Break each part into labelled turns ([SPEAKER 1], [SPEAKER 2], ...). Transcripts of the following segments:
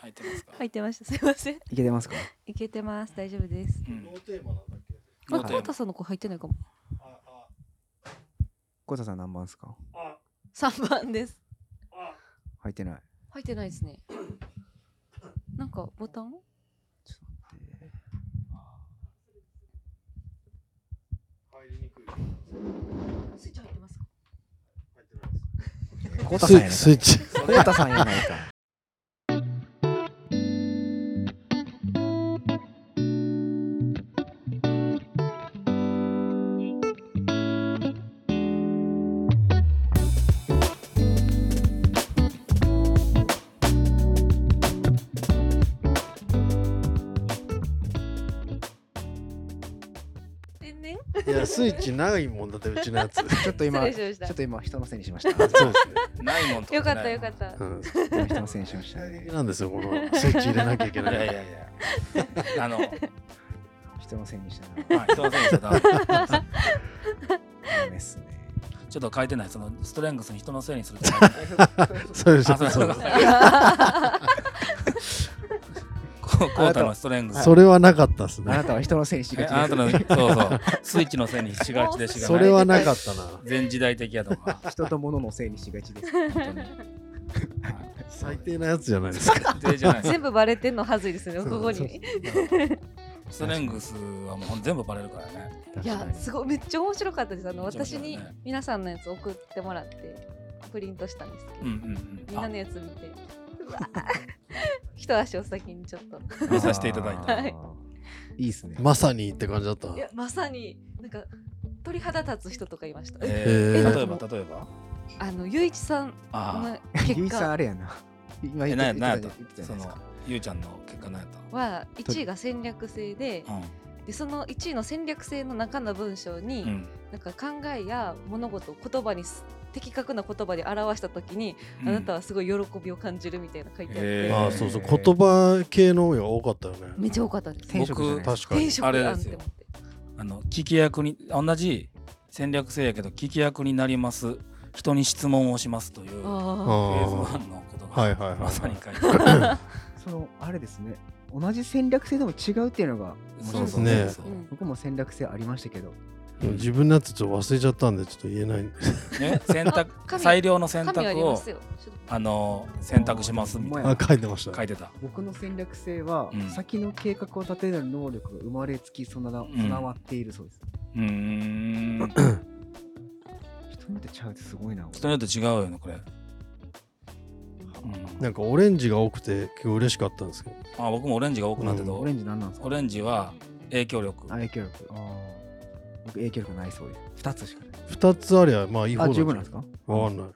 [SPEAKER 1] 入ってますか、
[SPEAKER 2] 入ってました。すいません。
[SPEAKER 3] いけてますか
[SPEAKER 2] いけてます。大丈夫です。
[SPEAKER 1] うん
[SPEAKER 4] ノーテーマなんだっけ
[SPEAKER 3] は
[SPEAKER 2] あ、
[SPEAKER 3] い
[SPEAKER 2] トヨタさんの子入ってないかも。
[SPEAKER 4] あ、あ、
[SPEAKER 3] コタさん何番ですか
[SPEAKER 4] あ、
[SPEAKER 2] 三番です。
[SPEAKER 4] あ、
[SPEAKER 3] 入ってない
[SPEAKER 2] 入ってないですね。なんかボタン？
[SPEAKER 3] ちょっと待って
[SPEAKER 4] 入りにくい。
[SPEAKER 2] スイッチ入ってますか？
[SPEAKER 4] 入ってないです。
[SPEAKER 3] コタ
[SPEAKER 5] ス
[SPEAKER 3] さん
[SPEAKER 5] イ
[SPEAKER 3] や
[SPEAKER 5] ッ
[SPEAKER 3] ないか
[SPEAKER 5] チスイッチ
[SPEAKER 3] コタさんやないか
[SPEAKER 2] 天然？
[SPEAKER 5] いやスイッチないもんだってうちのや つそう
[SPEAKER 3] ちょっと今
[SPEAKER 2] 失礼しまし
[SPEAKER 3] ち
[SPEAKER 2] た
[SPEAKER 3] ょっと今人のせいにしました
[SPEAKER 5] ですね
[SPEAKER 1] ないもんと
[SPEAKER 2] よかっ
[SPEAKER 1] な
[SPEAKER 2] た
[SPEAKER 1] い
[SPEAKER 2] よかった。
[SPEAKER 5] うん
[SPEAKER 3] 今人のせいにしましたね
[SPEAKER 5] なんですよこのスイッチ入れなきゃいけないい
[SPEAKER 1] やいやい やあの、はい、
[SPEAKER 3] 人のせいにしたら
[SPEAKER 1] すいませんでした
[SPEAKER 3] ダメですね
[SPEAKER 1] ちょっと変えてないそのストレングスに人のせいにすると
[SPEAKER 5] そうです
[SPEAKER 1] あそう
[SPEAKER 5] そ
[SPEAKER 1] そうう
[SPEAKER 5] です
[SPEAKER 1] こうこうたのストレングス
[SPEAKER 5] それはなかったです
[SPEAKER 3] あな
[SPEAKER 5] ね
[SPEAKER 3] たは人のせいにし
[SPEAKER 1] え
[SPEAKER 3] がち
[SPEAKER 1] あなたの
[SPEAKER 3] です
[SPEAKER 1] そうそうスイッチのせいにしがちでしが
[SPEAKER 5] そ
[SPEAKER 1] な
[SPEAKER 5] れ
[SPEAKER 1] い
[SPEAKER 5] はなかったな
[SPEAKER 1] 全時代的やとか、
[SPEAKER 3] 人と物のせいにしがちです本当に
[SPEAKER 1] はい
[SPEAKER 5] 最低なやつじゃないです か
[SPEAKER 1] でじゃない
[SPEAKER 2] 全部バレてんのはずいですね。ここ
[SPEAKER 5] そうそう
[SPEAKER 2] に。
[SPEAKER 1] ストレングスはもう全部バレるからね
[SPEAKER 2] いやすごいめっちゃ面白かったですあの私に
[SPEAKER 1] 面白いね
[SPEAKER 2] 皆さんのやつ送ってもらってプリントしたんですけど、
[SPEAKER 1] うんうん
[SPEAKER 2] み
[SPEAKER 1] うん
[SPEAKER 2] な
[SPEAKER 1] あ
[SPEAKER 2] のやつ見てうわー一足お先にちょっと
[SPEAKER 1] 見させていただいた
[SPEAKER 3] あー
[SPEAKER 2] はい
[SPEAKER 3] いいですね
[SPEAKER 5] まさにって感じだった
[SPEAKER 2] いやまさになんか鳥肌立つ人とかいました、
[SPEAKER 1] え
[SPEAKER 5] え
[SPEAKER 1] ー
[SPEAKER 5] ー
[SPEAKER 1] 例えば例えば
[SPEAKER 2] あのゆういちさん
[SPEAKER 1] あ
[SPEAKER 2] の結
[SPEAKER 3] 結果
[SPEAKER 2] 果
[SPEAKER 3] あれやな今
[SPEAKER 1] え
[SPEAKER 3] 言
[SPEAKER 1] な
[SPEAKER 3] っ
[SPEAKER 1] ん
[SPEAKER 3] て
[SPEAKER 1] やなんや
[SPEAKER 3] た
[SPEAKER 1] っ
[SPEAKER 3] 言って
[SPEAKER 1] たそ
[SPEAKER 3] たじゃないです
[SPEAKER 1] の
[SPEAKER 3] か
[SPEAKER 1] ゆうちゃんの結果なんやっ
[SPEAKER 2] は1位が戦略性で
[SPEAKER 1] たの
[SPEAKER 2] でその1位の戦略性の中の文章に、
[SPEAKER 1] うんうん
[SPEAKER 2] なんか考えや物事を言葉にす的確な言葉で表した時に、あなたはすごい喜びを感じるみたいな書いてあって、
[SPEAKER 1] へ
[SPEAKER 5] あーそうそう
[SPEAKER 3] えー
[SPEAKER 5] 言葉系の方が多かったよね
[SPEAKER 2] めっちゃ多かったです
[SPEAKER 3] 転職じゃないです
[SPEAKER 5] 確か
[SPEAKER 2] 転
[SPEAKER 5] に
[SPEAKER 2] 職
[SPEAKER 1] あれ
[SPEAKER 2] やん
[SPEAKER 1] で
[SPEAKER 2] っ
[SPEAKER 1] す
[SPEAKER 2] て
[SPEAKER 1] よ
[SPEAKER 2] 思って
[SPEAKER 1] あの聞き役に同じ戦略性やけど聞き役になります人に質問をしますというフェ
[SPEAKER 2] あ
[SPEAKER 1] ーズ
[SPEAKER 5] あ
[SPEAKER 1] 1のこと
[SPEAKER 5] あは
[SPEAKER 1] が
[SPEAKER 5] いはいはい
[SPEAKER 1] まさに
[SPEAKER 5] は
[SPEAKER 1] 書いてある
[SPEAKER 3] そのあれですね同じ戦略性でも違うっていうのが面
[SPEAKER 1] そ
[SPEAKER 3] 白
[SPEAKER 1] う
[SPEAKER 3] い
[SPEAKER 1] そう
[SPEAKER 5] ね
[SPEAKER 1] そう
[SPEAKER 2] ー、うん、
[SPEAKER 3] 僕も戦略性ありましたけど
[SPEAKER 5] い自分のやつちょっと忘れちゃったんでちょっと言えないんで
[SPEAKER 1] ね選
[SPEAKER 2] あ
[SPEAKER 1] 択
[SPEAKER 2] 神
[SPEAKER 1] 最良の選
[SPEAKER 2] 神
[SPEAKER 1] 択
[SPEAKER 2] ありま
[SPEAKER 1] を
[SPEAKER 2] すよちょっと
[SPEAKER 1] あの選択しますみたい
[SPEAKER 3] ほんま
[SPEAKER 5] あ
[SPEAKER 3] や
[SPEAKER 5] 書いてました
[SPEAKER 1] な書いてた
[SPEAKER 3] 僕の戦略性は、
[SPEAKER 1] うん
[SPEAKER 3] 先の計画を立てる能力が生まれつき備わ
[SPEAKER 1] ん
[SPEAKER 3] 備わっているそうです、
[SPEAKER 1] うーん
[SPEAKER 3] 人によってちゃうってすごいな
[SPEAKER 1] 人によって違うよねこれ、うん
[SPEAKER 5] なんかオレンジが多くて結構嬉しかったんですけど
[SPEAKER 1] あ僕もオレンジが多くなってた、
[SPEAKER 5] うん
[SPEAKER 3] オレンジ何なんですか
[SPEAKER 1] オレンジは影響力
[SPEAKER 3] あ影響力あー僕影響力ないそうです2つしかない
[SPEAKER 5] 2つありゃまあいい方
[SPEAKER 3] あ
[SPEAKER 5] じ
[SPEAKER 3] 十
[SPEAKER 5] ゃ
[SPEAKER 3] 分
[SPEAKER 5] い
[SPEAKER 3] なんですか
[SPEAKER 5] わかんな
[SPEAKER 3] で
[SPEAKER 5] い
[SPEAKER 3] も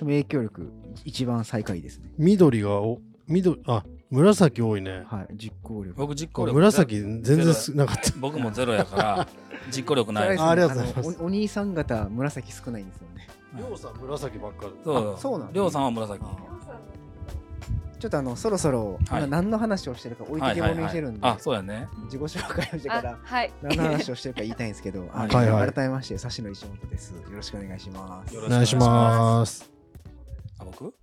[SPEAKER 3] 影響力一番最下位ですね
[SPEAKER 5] 緑がお緑あ紫多いね
[SPEAKER 3] はい実行力
[SPEAKER 1] 僕実行力
[SPEAKER 5] 紫全然すなかった
[SPEAKER 1] 僕もゼロやから実行力ない
[SPEAKER 3] れです
[SPEAKER 5] ありがとうござい
[SPEAKER 3] あ
[SPEAKER 5] ま
[SPEAKER 3] の
[SPEAKER 5] す
[SPEAKER 3] おお兄さん方紫少ないんですよね
[SPEAKER 5] りょうさん紫ばっかり
[SPEAKER 1] そう
[SPEAKER 3] あそうなんだ
[SPEAKER 1] りょうさんは紫
[SPEAKER 3] ちょっとあのそろそろ
[SPEAKER 1] はい
[SPEAKER 3] 今何の話をしてるか置いてけぼりにしてるんで、
[SPEAKER 1] あそうやね
[SPEAKER 3] 自己紹介をしてか
[SPEAKER 2] あ
[SPEAKER 3] ら
[SPEAKER 2] はい
[SPEAKER 3] 何の話をしてるか言いたいんですけど、あの
[SPEAKER 5] はいはい
[SPEAKER 3] 改めまして指しの石本ですよろしくお願いします
[SPEAKER 1] よろしく
[SPEAKER 5] お願いします
[SPEAKER 1] あ僕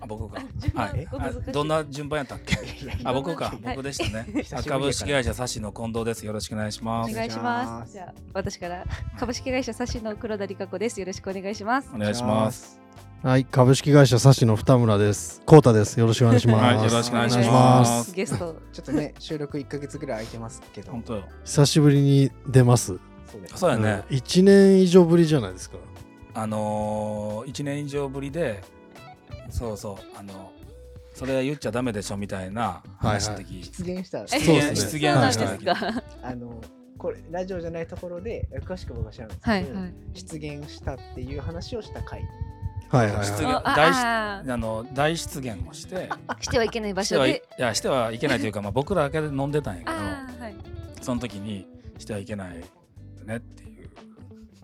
[SPEAKER 1] あ僕 か
[SPEAKER 2] 順番
[SPEAKER 1] はい
[SPEAKER 2] お
[SPEAKER 1] あ
[SPEAKER 2] 難しい
[SPEAKER 1] どんな順番やったっけ あ僕か
[SPEAKER 2] はい
[SPEAKER 1] 僕でしたね
[SPEAKER 3] 久しぶりやから
[SPEAKER 1] 株式会社サシの近藤ですよろしくお願いしま
[SPEAKER 2] お
[SPEAKER 1] す
[SPEAKER 2] 願いし
[SPEAKER 3] お願いし
[SPEAKER 2] ま
[SPEAKER 3] ます
[SPEAKER 2] すじゃあ私から株式会社サシの黒田理香子ですよろしくお願いします
[SPEAKER 1] お願いします
[SPEAKER 5] はい株式会社サシの二村ですコータですよろしくお願いし
[SPEAKER 1] はい
[SPEAKER 5] ま
[SPEAKER 1] よ
[SPEAKER 5] す
[SPEAKER 1] ろしくお願いし
[SPEAKER 5] お願いし
[SPEAKER 1] ま
[SPEAKER 5] ます
[SPEAKER 2] ゲスト
[SPEAKER 3] ちょっとね収録1ヶ月ぐらい空いてますけど
[SPEAKER 1] 本当よ
[SPEAKER 5] 久しぶりに出ます
[SPEAKER 3] そうです
[SPEAKER 1] そうやね
[SPEAKER 5] うん一年以上ぶりじゃないですか
[SPEAKER 1] あのー一年以上ぶりでそうそうあのそれは言っちゃダメでしょみたいな話の時
[SPEAKER 3] 出現した
[SPEAKER 2] え
[SPEAKER 5] そうですね
[SPEAKER 1] 失
[SPEAKER 2] そう
[SPEAKER 1] 言
[SPEAKER 2] なん
[SPEAKER 1] 失言
[SPEAKER 2] ですか
[SPEAKER 3] あのこれラジオじゃないところで詳しく僕は知らないんですけど、
[SPEAKER 2] はいはい
[SPEAKER 3] 出現したっていう話をした回
[SPEAKER 5] はいはい
[SPEAKER 1] 失礼
[SPEAKER 5] はい
[SPEAKER 1] 言
[SPEAKER 2] あ
[SPEAKER 1] 大
[SPEAKER 2] あ
[SPEAKER 1] あの大失言をして
[SPEAKER 2] あしてはいけない場
[SPEAKER 1] して
[SPEAKER 2] 所
[SPEAKER 1] はい
[SPEAKER 2] で
[SPEAKER 1] いやしてはいけないというか、まあ、僕らだけで飲んでたんや
[SPEAKER 2] あーはい
[SPEAKER 1] けどその時にしてはいけないねっていう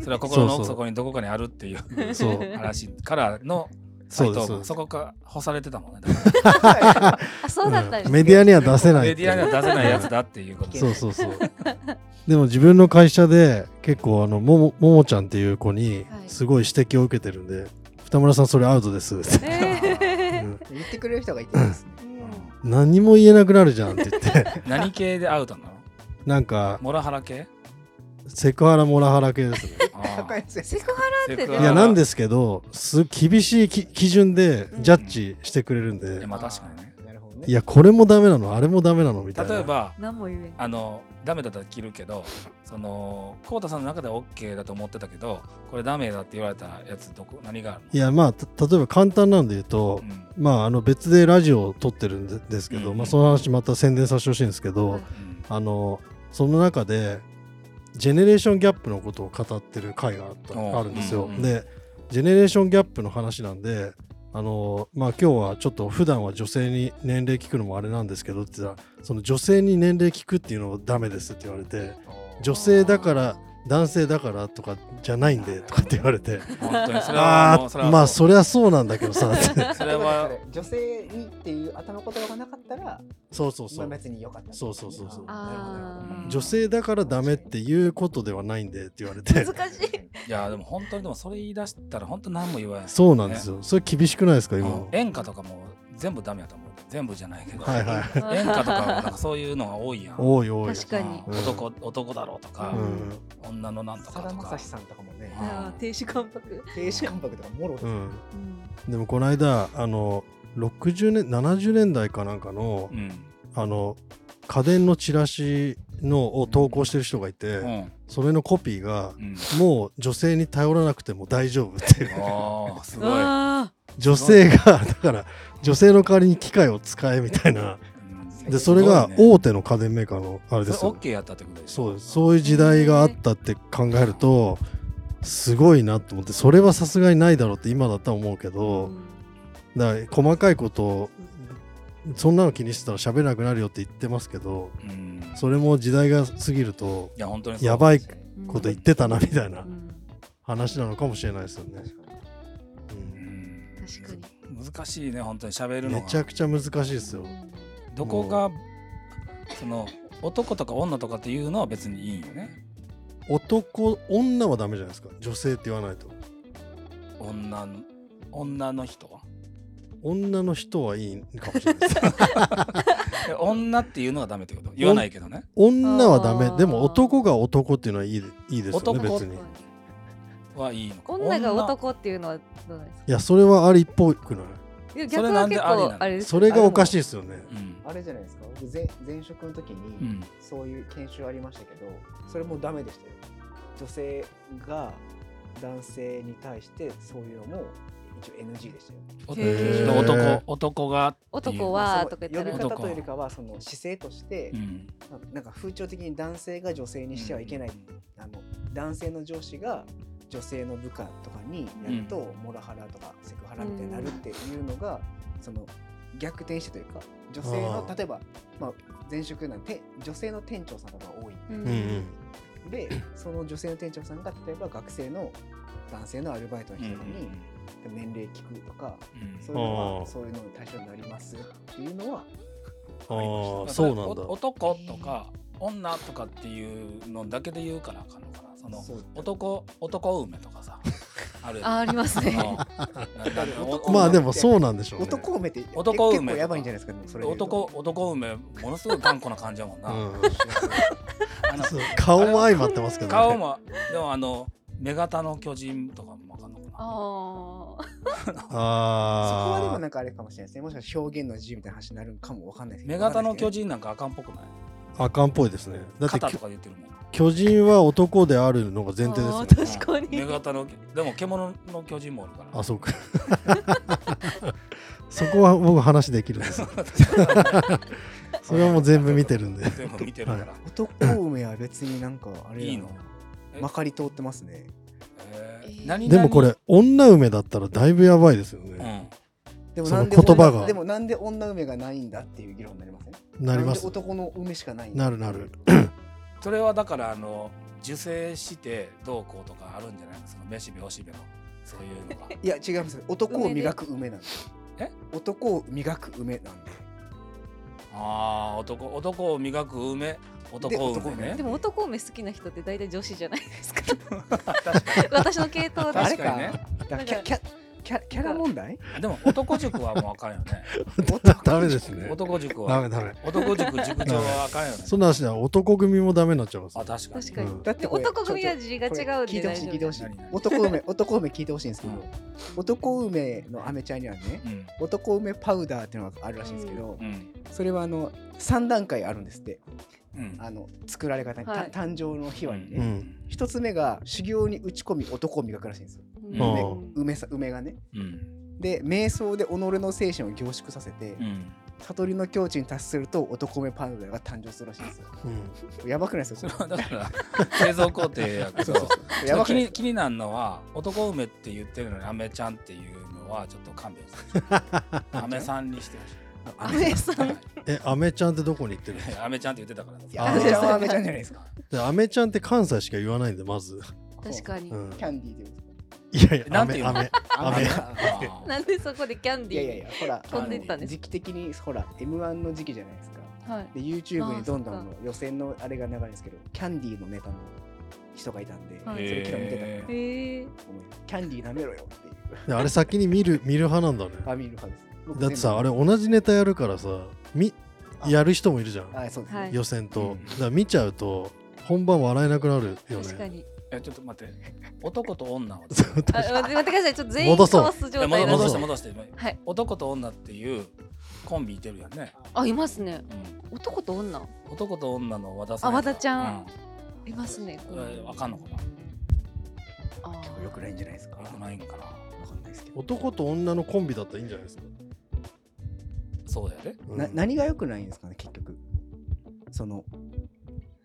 [SPEAKER 1] それは心の
[SPEAKER 5] そう
[SPEAKER 1] 奥
[SPEAKER 5] そう
[SPEAKER 1] 底にどこかにあるっていう
[SPEAKER 5] そう
[SPEAKER 1] 話からの
[SPEAKER 5] そ
[SPEAKER 1] 斎
[SPEAKER 5] うです
[SPEAKER 1] 藤君そ
[SPEAKER 5] そうです
[SPEAKER 1] こから干されてたもんねだか
[SPEAKER 2] あそうだったんです
[SPEAKER 5] うん
[SPEAKER 2] ね
[SPEAKER 5] メディアには出せ
[SPEAKER 1] ら
[SPEAKER 5] ない
[SPEAKER 1] メ
[SPEAKER 5] っ
[SPEAKER 1] デ
[SPEAKER 5] て
[SPEAKER 1] ィアには出せないやつだっていうこと
[SPEAKER 5] そうそう そうでも自分の会社で結構あのももももちゃんっていう子に
[SPEAKER 2] はい
[SPEAKER 5] すごい指摘を受 けてるんで、二村さんそれアウトですって、
[SPEAKER 2] えー
[SPEAKER 5] うん
[SPEAKER 3] 言ってくれる人がいてですね
[SPEAKER 2] うん
[SPEAKER 5] 何も言えなくなるじゃんって言って
[SPEAKER 1] 何系でアウトなの
[SPEAKER 5] なんか
[SPEAKER 1] モラハラ 系
[SPEAKER 5] セクハラモラハラ系ですね
[SPEAKER 1] あ
[SPEAKER 3] 高
[SPEAKER 1] ー
[SPEAKER 3] いです
[SPEAKER 2] セ
[SPEAKER 3] ね
[SPEAKER 2] クハラって
[SPEAKER 1] セクハラ
[SPEAKER 5] いやなんですけどす厳しいき基準でジャッジしてくれるん
[SPEAKER 1] いや
[SPEAKER 5] で
[SPEAKER 1] まあ確かにね
[SPEAKER 3] あーなるほどね
[SPEAKER 5] いやこれもダメなのあれもダメなのみたいな
[SPEAKER 1] 例えば
[SPEAKER 2] 何も言えん
[SPEAKER 1] あのダメだったら切るけどそのコウタさんの中では OK だと思ってたけどこれダメだって言われたやつどこ何があるの
[SPEAKER 5] いやまあた例えば簡単なんで言うと、
[SPEAKER 1] うん
[SPEAKER 5] まああの別でラジオを撮ってるんでですけど、
[SPEAKER 1] うん
[SPEAKER 5] まあ、その話また宣伝させてほしいんですけど、
[SPEAKER 2] はい
[SPEAKER 1] うん
[SPEAKER 5] あのその中でジェネレーションギャップのことを語ってる回があった
[SPEAKER 1] おう
[SPEAKER 5] あるんですよ。
[SPEAKER 1] うんうん
[SPEAKER 5] でジェネレーションギャップの話なんであの、まあ、今日はちょっと普段は女性に年齢聞くのもあれなんですけどって言ったらその女性に年齢聞くっていうのをダメですって言われて女性だから男性だからとかじゃないんでとかって言わ れて
[SPEAKER 1] 本当にそれは
[SPEAKER 5] あ
[SPEAKER 1] もうそれ
[SPEAKER 5] あ
[SPEAKER 1] は
[SPEAKER 5] まあ
[SPEAKER 1] そう
[SPEAKER 5] そりゃそうなんだけどさって
[SPEAKER 1] それは
[SPEAKER 3] 例えば女性にっていう頭言葉がなかったら、
[SPEAKER 5] そうそうそ
[SPEAKER 3] まあ
[SPEAKER 5] う
[SPEAKER 3] 別に良かったって
[SPEAKER 5] そ
[SPEAKER 3] こ
[SPEAKER 5] う
[SPEAKER 3] と
[SPEAKER 5] そ
[SPEAKER 3] ね、
[SPEAKER 5] うそうそう
[SPEAKER 3] あーなるほどなるほど
[SPEAKER 2] あー
[SPEAKER 5] 女性だからダメっていうことではないんでって言わ れて
[SPEAKER 2] 難しい
[SPEAKER 1] いやでも本当にでもそれ言い出したら本当何も言わない
[SPEAKER 5] そうなんですよ。それ厳しくないですか、
[SPEAKER 1] うん
[SPEAKER 5] 今。
[SPEAKER 1] 演歌とかも全部ダメやと思う全部じゃないけど
[SPEAKER 5] はいはい。
[SPEAKER 1] 演歌とかもなんかそういうのが多いやん
[SPEAKER 5] 多い多い。
[SPEAKER 2] 確かに
[SPEAKER 1] うん男男だろうとか
[SPEAKER 5] う、
[SPEAKER 1] 女のなんとか
[SPEAKER 3] さだ
[SPEAKER 1] と
[SPEAKER 3] ま
[SPEAKER 1] か
[SPEAKER 3] さしさんとかもね、
[SPEAKER 2] あー亭主関白
[SPEAKER 3] 停止関白とかもろ、
[SPEAKER 5] ん。うん。
[SPEAKER 2] うん
[SPEAKER 5] でもこの間、あの、60年、70年代かなんかの
[SPEAKER 1] う、ん
[SPEAKER 5] あの、家電のチラシのを投稿してる人がいて、
[SPEAKER 1] うん
[SPEAKER 5] それのコピーが、
[SPEAKER 1] うん
[SPEAKER 5] もう女性に頼らなくても大丈夫っていう。
[SPEAKER 1] あーすごい、
[SPEAKER 2] あ
[SPEAKER 5] 女性が、だから、女性の代わりに機械を使えみたいな。
[SPEAKER 1] うん
[SPEAKER 5] で、それが
[SPEAKER 1] すごいね
[SPEAKER 5] 大手の家電メーカーの、あれです
[SPEAKER 1] それ
[SPEAKER 5] よ。
[SPEAKER 1] OK やったってことでしょ
[SPEAKER 5] そうですそういう時代があったって考えるとすごいなと思ってそれはさすがにないだろうって今だったら思うけ
[SPEAKER 2] ー
[SPEAKER 5] どだから細かいことをそんなの気にしてたら喋れなくなるよって言ってますけど
[SPEAKER 1] うん
[SPEAKER 5] それも時代が過ぎると
[SPEAKER 1] いや本当にそう
[SPEAKER 5] やばい
[SPEAKER 2] うん
[SPEAKER 5] こと言ってたなみたいな
[SPEAKER 2] うん
[SPEAKER 5] 話なのかもしれないですよね、
[SPEAKER 1] う
[SPEAKER 5] うん
[SPEAKER 1] ん
[SPEAKER 2] 確かに
[SPEAKER 1] 難しいね本当に喋るの
[SPEAKER 5] め
[SPEAKER 1] が
[SPEAKER 5] ちゃくちゃ難しいですよ
[SPEAKER 1] どこがその男とか女とかっていうのは別にいいよね
[SPEAKER 5] 男女はダメじゃないですか女性って言わないと
[SPEAKER 1] 女の女の人は
[SPEAKER 5] 女の人はいいかもしれないです
[SPEAKER 1] で女っていうのはダメってこと言わないけどね
[SPEAKER 5] 女はダ
[SPEAKER 2] あー
[SPEAKER 5] メでも男が男っていうのはいいでいいですよね
[SPEAKER 1] 男
[SPEAKER 5] 別に
[SPEAKER 2] うん
[SPEAKER 1] はいいのか
[SPEAKER 2] 女が男っていうのはどうなんですか
[SPEAKER 5] いやそれはありっぽくない
[SPEAKER 2] や
[SPEAKER 1] それ
[SPEAKER 2] 逆
[SPEAKER 1] な
[SPEAKER 2] は
[SPEAKER 1] ん
[SPEAKER 2] 結
[SPEAKER 1] でありなの
[SPEAKER 2] 構あれです
[SPEAKER 5] それがおかしいですよね
[SPEAKER 1] 女うん
[SPEAKER 3] あれじゃないですか僕前前職の時
[SPEAKER 1] う
[SPEAKER 3] に
[SPEAKER 1] ん
[SPEAKER 3] そういう研修ありましたけど、それもダメでしたよ女性が男性に対してそういうのも一応 NG でしたよ
[SPEAKER 1] お
[SPEAKER 2] へー
[SPEAKER 1] 男男がっていう
[SPEAKER 2] 男
[SPEAKER 3] ま
[SPEAKER 2] は
[SPEAKER 3] その
[SPEAKER 2] とか言ったら
[SPEAKER 3] 呼び方というよりかはその姿勢として、
[SPEAKER 1] うん
[SPEAKER 3] なんか風潮的に男性が女性にしてはいけない、あの男性の上司が女性の部下とかにやると、モラハラとかセクハラみたいになるっていうのが、その逆転してというか女性の
[SPEAKER 5] あー
[SPEAKER 3] 例えば、まあ、前職なんて女性の店長さんとかが多い
[SPEAKER 2] うん
[SPEAKER 5] うんうん
[SPEAKER 3] でその女性の店長さんが例えば学生の男性のアルバイトの
[SPEAKER 1] うん
[SPEAKER 3] 人とかに年齢聞くとか、
[SPEAKER 1] うん
[SPEAKER 3] そういうの
[SPEAKER 5] あー
[SPEAKER 3] はそういうのの対象になりますっていうのは
[SPEAKER 5] ああそうなんだ
[SPEAKER 1] お男とか女とかっていうのだけで言うからあかんのかなその
[SPEAKER 3] そう
[SPEAKER 1] 男男梅とかさある
[SPEAKER 2] あーありますね
[SPEAKER 3] お
[SPEAKER 5] まあで
[SPEAKER 1] も
[SPEAKER 5] もそうなんでしょうね
[SPEAKER 3] 男をめて
[SPEAKER 1] 男を埋め
[SPEAKER 3] 結構やばいんじゃないですかでもそれで言うと
[SPEAKER 1] 男男梅ものすごい頑固な感じやもんな、
[SPEAKER 5] うん
[SPEAKER 1] あの
[SPEAKER 5] そう 顔も相まってますけどね
[SPEAKER 1] 顔もでもあの目型の巨人とかもわかんのかな
[SPEAKER 2] あー
[SPEAKER 3] そこはでも
[SPEAKER 5] あ
[SPEAKER 3] なんかあれかもしれないですね。もしかしたら表現の自由みたいな話になるかもわかんないですけ
[SPEAKER 1] 目
[SPEAKER 3] ど。
[SPEAKER 1] 型の巨
[SPEAKER 3] 人
[SPEAKER 1] 人なんかあかんっぽくない
[SPEAKER 5] ああかんっぽいですねだって
[SPEAKER 1] 肩
[SPEAKER 5] き
[SPEAKER 1] と
[SPEAKER 5] ょ
[SPEAKER 1] か言ってるもん
[SPEAKER 5] 巨人は男であるのが前提ですよね
[SPEAKER 2] あー確かに
[SPEAKER 1] 目型のでも獣の巨人もおるから
[SPEAKER 5] あそうか そこは僕話できるんですよそれはもう全部見てるんで
[SPEAKER 1] 全部見てるから、
[SPEAKER 3] 男梅は別になんかあれだない
[SPEAKER 1] いのえ
[SPEAKER 3] まかり通ってますね。
[SPEAKER 1] え
[SPEAKER 2] え
[SPEAKER 1] ー、
[SPEAKER 2] ー
[SPEAKER 1] 何々
[SPEAKER 5] でもこれ女梅だったらだいぶやばいですよ
[SPEAKER 1] う
[SPEAKER 5] ね、
[SPEAKER 1] ん
[SPEAKER 3] でも
[SPEAKER 5] その
[SPEAKER 3] なんで
[SPEAKER 5] 言葉が
[SPEAKER 3] 女でもなんで女梅がないんだっていう議論になりません。
[SPEAKER 5] なります
[SPEAKER 3] んで男の梅しかないんだ
[SPEAKER 5] なるなる。
[SPEAKER 1] それはだからあの受精してどうこうとかあるんじゃないですかめしべおしべのそういうのが
[SPEAKER 3] いや違います。男を磨く梅なんで。
[SPEAKER 1] え？
[SPEAKER 3] 男を磨く梅なんで。
[SPEAKER 1] ああ男男を磨く梅男梅ね
[SPEAKER 2] でも男梅好きな人って大体女子じゃないですか
[SPEAKER 1] 確かに
[SPEAKER 2] 私の系統だと
[SPEAKER 3] あ
[SPEAKER 1] 確
[SPEAKER 3] れか
[SPEAKER 1] かにね
[SPEAKER 3] だからキャキャキキャキャラ問題
[SPEAKER 1] でも男塾はもうあかんよね
[SPEAKER 5] ダメですね。
[SPEAKER 1] 男塾
[SPEAKER 5] ダ
[SPEAKER 1] は
[SPEAKER 5] メダメ。
[SPEAKER 1] 男塾塾長はあかんよね
[SPEAKER 5] そんな話では男組もダメになっちゃいます
[SPEAKER 1] あ。確かに
[SPEAKER 2] 確かに、
[SPEAKER 5] うん
[SPEAKER 3] だって
[SPEAKER 2] で
[SPEAKER 3] これ
[SPEAKER 2] 男組は字が違うん
[SPEAKER 3] 聞
[SPEAKER 2] で
[SPEAKER 3] いてほしい聞いてほ
[SPEAKER 2] 大
[SPEAKER 3] しい
[SPEAKER 2] 丈
[SPEAKER 1] 何々
[SPEAKER 3] 男梅男梅聞いてほしいんですけど、
[SPEAKER 1] う
[SPEAKER 3] 男梅のアメちゃんにはね
[SPEAKER 1] ん
[SPEAKER 3] 男梅パウダーっていうのがあるらしいんですけど、
[SPEAKER 1] うん
[SPEAKER 3] それはあの3段階あるんですって
[SPEAKER 1] うん
[SPEAKER 3] あの作られ方に、た
[SPEAKER 2] はい
[SPEAKER 3] 誕生の秘話に
[SPEAKER 5] う
[SPEAKER 3] ね、
[SPEAKER 5] ん
[SPEAKER 3] 一つ目が修行に打ち込み男を磨くらしいんですよ
[SPEAKER 2] 夫
[SPEAKER 1] うん
[SPEAKER 3] 梅さ梅がね
[SPEAKER 1] うん
[SPEAKER 3] で瞑想で己の精神を凝縮させて、
[SPEAKER 1] うん
[SPEAKER 3] 悟りの境地に達すると男梅パウダーが誕生するらしいんですよ
[SPEAKER 5] うん
[SPEAKER 3] やばくないです
[SPEAKER 1] そ
[SPEAKER 3] よ
[SPEAKER 1] れ
[SPEAKER 3] こ
[SPEAKER 1] はだから 製造工程やけ
[SPEAKER 3] れ
[SPEAKER 1] ど
[SPEAKER 3] そうそうそうやばく
[SPEAKER 1] 気
[SPEAKER 3] ない
[SPEAKER 1] に気になるのは男梅って言ってるのにアメちゃんっていうのはちょっと勘弁して ほしいアメさんにしてほしい
[SPEAKER 3] アメさん
[SPEAKER 1] はい
[SPEAKER 5] え、アメちゃんってどこに行ってるの
[SPEAKER 1] アメちゃんって言ってたから
[SPEAKER 3] いやアメちゃんはアメちゃんじゃないです
[SPEAKER 1] か
[SPEAKER 5] でアメちゃんって関西しか言わないんで、まず。
[SPEAKER 2] 確かに、
[SPEAKER 5] うん
[SPEAKER 3] キャンディーで
[SPEAKER 5] いやいや、
[SPEAKER 1] な
[SPEAKER 5] ア
[SPEAKER 1] んて
[SPEAKER 5] メ、
[SPEAKER 1] 言
[SPEAKER 5] ア
[SPEAKER 1] うの
[SPEAKER 5] メ。
[SPEAKER 1] アメ
[SPEAKER 2] なんでそこでキャン
[SPEAKER 3] いや
[SPEAKER 2] ディ
[SPEAKER 3] い
[SPEAKER 2] ー
[SPEAKER 3] やいやほら
[SPEAKER 2] 飛んでったんです
[SPEAKER 3] 時期的にほら m 1の時期じゃないですか
[SPEAKER 2] はい
[SPEAKER 3] で YouTube にどんどん
[SPEAKER 2] あ
[SPEAKER 3] あ
[SPEAKER 2] そ
[SPEAKER 3] の予選のあれが流れるんですけどキャンディーのネタの人がいたんで、
[SPEAKER 2] はい
[SPEAKER 3] それ昨日見てたから
[SPEAKER 1] へ
[SPEAKER 2] へえ
[SPEAKER 3] ごめんキャンディー舐めろよっていう
[SPEAKER 5] であれ先に見る、見る派なんだね。
[SPEAKER 3] ファミリー派です僕
[SPEAKER 5] だってさ、あ
[SPEAKER 3] 全
[SPEAKER 5] れ同じネタやるからさ、み、やる人もいるじゃ
[SPEAKER 3] 部
[SPEAKER 5] ん。
[SPEAKER 3] あそうですね、
[SPEAKER 2] はい
[SPEAKER 5] 予選と。
[SPEAKER 1] うん
[SPEAKER 5] だから見ちゃうと、本番笑えなくなるよ
[SPEAKER 2] 確か
[SPEAKER 5] ね。
[SPEAKER 2] に
[SPEAKER 1] えちょっと待って男と女は
[SPEAKER 5] そう確
[SPEAKER 2] あ
[SPEAKER 5] かに
[SPEAKER 2] 待って待ってくださいちょっと全員
[SPEAKER 5] 戻
[SPEAKER 2] か
[SPEAKER 5] そう
[SPEAKER 2] わす状態
[SPEAKER 1] 戻
[SPEAKER 2] なん
[SPEAKER 1] 戻し
[SPEAKER 2] で
[SPEAKER 5] そ
[SPEAKER 1] て
[SPEAKER 5] う
[SPEAKER 1] 戻して
[SPEAKER 2] はい
[SPEAKER 1] 男と女っていうコンビいてるよね、
[SPEAKER 2] あいますね
[SPEAKER 1] うん
[SPEAKER 2] 男と女
[SPEAKER 1] 男と女の和田さん
[SPEAKER 2] あ和田ちゃんいますね
[SPEAKER 1] うんえわかんのかな
[SPEAKER 2] あ
[SPEAKER 3] 結構良くないんじゃないですか
[SPEAKER 1] わかんないんかな
[SPEAKER 3] わかんないですけど、
[SPEAKER 5] 男と女のコンビだったらいいんじゃないですか。
[SPEAKER 1] そうだよね
[SPEAKER 5] うん
[SPEAKER 3] な何が良くないんですかね結局その、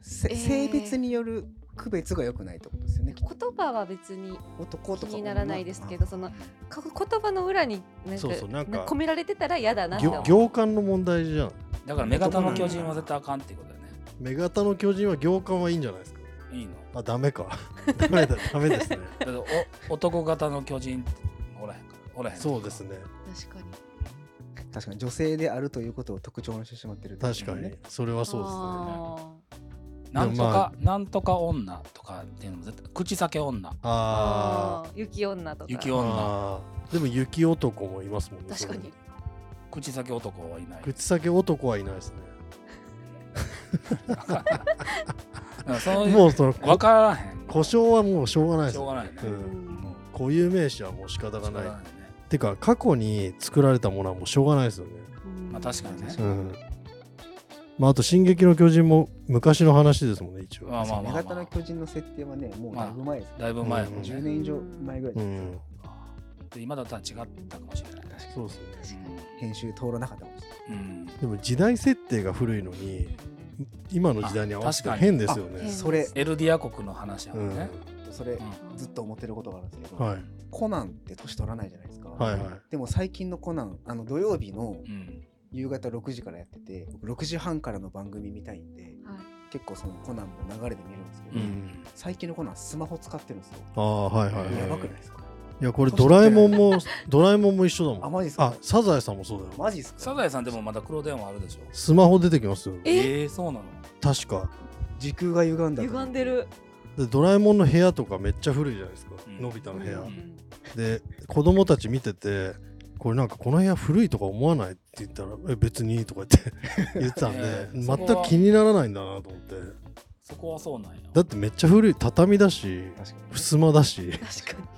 [SPEAKER 3] せ
[SPEAKER 2] えー
[SPEAKER 3] 性別による区別が良くないってことですよね
[SPEAKER 2] 言葉は別に
[SPEAKER 3] 男と
[SPEAKER 2] 気
[SPEAKER 3] か
[SPEAKER 2] にならないですけどその
[SPEAKER 1] うん
[SPEAKER 2] か言葉の裏になんか
[SPEAKER 5] そうそうなんか
[SPEAKER 2] 込められてたら嫌だなって
[SPEAKER 5] 行
[SPEAKER 2] 思う
[SPEAKER 5] 行間の問題じゃん。
[SPEAKER 1] だから目型の巨人は絶対あかんっていうことだよね
[SPEAKER 5] 目型の巨人は行間はいいんじゃないですか。
[SPEAKER 1] いいの
[SPEAKER 5] あ、ダメか。ダメだ、ダメですね。
[SPEAKER 1] だけど お男型の巨人っておらへんからおらへん
[SPEAKER 5] そうですね。
[SPEAKER 2] 確かに
[SPEAKER 3] 確かに女性であるということを特徴にしてしまってるってこと
[SPEAKER 5] 確
[SPEAKER 3] ね
[SPEAKER 5] かに。それはそうですね。
[SPEAKER 1] な
[SPEAKER 2] あ
[SPEAKER 1] んと
[SPEAKER 5] でもま
[SPEAKER 1] か、なんとか女とかっていうのも絶対口裂け女
[SPEAKER 2] ー
[SPEAKER 5] あ
[SPEAKER 2] あー雪女とか
[SPEAKER 1] 雪
[SPEAKER 5] ー
[SPEAKER 1] 女
[SPEAKER 5] あーでも雪男もいますもんね
[SPEAKER 2] 確かに
[SPEAKER 1] 口裂け男はいない
[SPEAKER 5] それ口先男はいないです
[SPEAKER 1] なんかそう
[SPEAKER 5] ね
[SPEAKER 1] いう
[SPEAKER 5] もうその
[SPEAKER 1] 分
[SPEAKER 5] こ
[SPEAKER 1] からへん
[SPEAKER 5] 故障はもうしょうがないです
[SPEAKER 1] しょう
[SPEAKER 5] ね
[SPEAKER 1] がないね
[SPEAKER 5] う
[SPEAKER 2] うんん
[SPEAKER 5] 固有名詞はもう仕方がない
[SPEAKER 1] しょう
[SPEAKER 5] っ
[SPEAKER 1] ね
[SPEAKER 5] てか過去に作られたものはもうしょうがないですよね
[SPEAKER 2] うん
[SPEAKER 1] まあ確かにね
[SPEAKER 5] うんまああと「進撃の巨人」も昔の話ですもんね一応
[SPEAKER 1] まあまあまあ
[SPEAKER 3] 目型の巨人の設定はねもうだいぶ前ですね、
[SPEAKER 1] だいぶ前やもん
[SPEAKER 3] 10
[SPEAKER 1] ね
[SPEAKER 3] 年以上前ぐらいで
[SPEAKER 5] う
[SPEAKER 3] す、
[SPEAKER 5] ん
[SPEAKER 1] で今だったら違ったかもしれない
[SPEAKER 3] 確か
[SPEAKER 5] そうですね
[SPEAKER 2] 確かに
[SPEAKER 3] 編集通らなかったかもしれない
[SPEAKER 1] うん
[SPEAKER 5] でも時代設定が古いのに今の時代に合わせて
[SPEAKER 1] あ確かに
[SPEAKER 5] 変ですよね
[SPEAKER 2] 変
[SPEAKER 3] それ
[SPEAKER 1] エルディア国の話や
[SPEAKER 5] う
[SPEAKER 1] もん
[SPEAKER 5] ん
[SPEAKER 1] ね
[SPEAKER 3] それ
[SPEAKER 1] うん
[SPEAKER 3] ずっと思ってることがあるんですけど、
[SPEAKER 5] はい
[SPEAKER 3] コナンって年取らないじゃないですか、
[SPEAKER 5] はいはい
[SPEAKER 3] でも最近のコナンあの土曜日の
[SPEAKER 1] うん
[SPEAKER 3] 夕方6時からやってて僕6時半からの番組見たいんで
[SPEAKER 2] はい
[SPEAKER 3] 結構そのコナンも流れで見るんですけ
[SPEAKER 1] う
[SPEAKER 3] ど、
[SPEAKER 1] ん
[SPEAKER 3] 最近のコナンスマホ使ってるんですよ、
[SPEAKER 5] ああはいはい
[SPEAKER 1] うん
[SPEAKER 5] は
[SPEAKER 3] や
[SPEAKER 5] い
[SPEAKER 3] ばくないですか
[SPEAKER 5] いやこれドラえもんもドラえもんも一緒だも
[SPEAKER 3] あ
[SPEAKER 5] ん
[SPEAKER 3] マジです
[SPEAKER 5] あ
[SPEAKER 3] か
[SPEAKER 5] サザエさんもそうだよ
[SPEAKER 3] マジですか
[SPEAKER 1] サザエさんでもまだ黒電話あるでしょ
[SPEAKER 5] スマホ出てきますよ
[SPEAKER 2] え
[SPEAKER 1] ええそうなの
[SPEAKER 5] 確か
[SPEAKER 3] 時空が歪んだ
[SPEAKER 2] 歪んでる
[SPEAKER 5] でドラえもんの部屋とかめっちゃ古いじゃないですか、
[SPEAKER 1] うん
[SPEAKER 5] のび太の部屋、
[SPEAKER 1] うん
[SPEAKER 5] で子供たち見ててこれなんかこの部屋古いとか思わないって言ったらえ別にとか言 って言ってたんで、
[SPEAKER 1] ええ
[SPEAKER 5] 全く気にならないんだなと思って
[SPEAKER 1] そこはそうなんや
[SPEAKER 5] だってめっちゃ古い畳だし
[SPEAKER 3] 確かに
[SPEAKER 5] 襖だし
[SPEAKER 2] 確か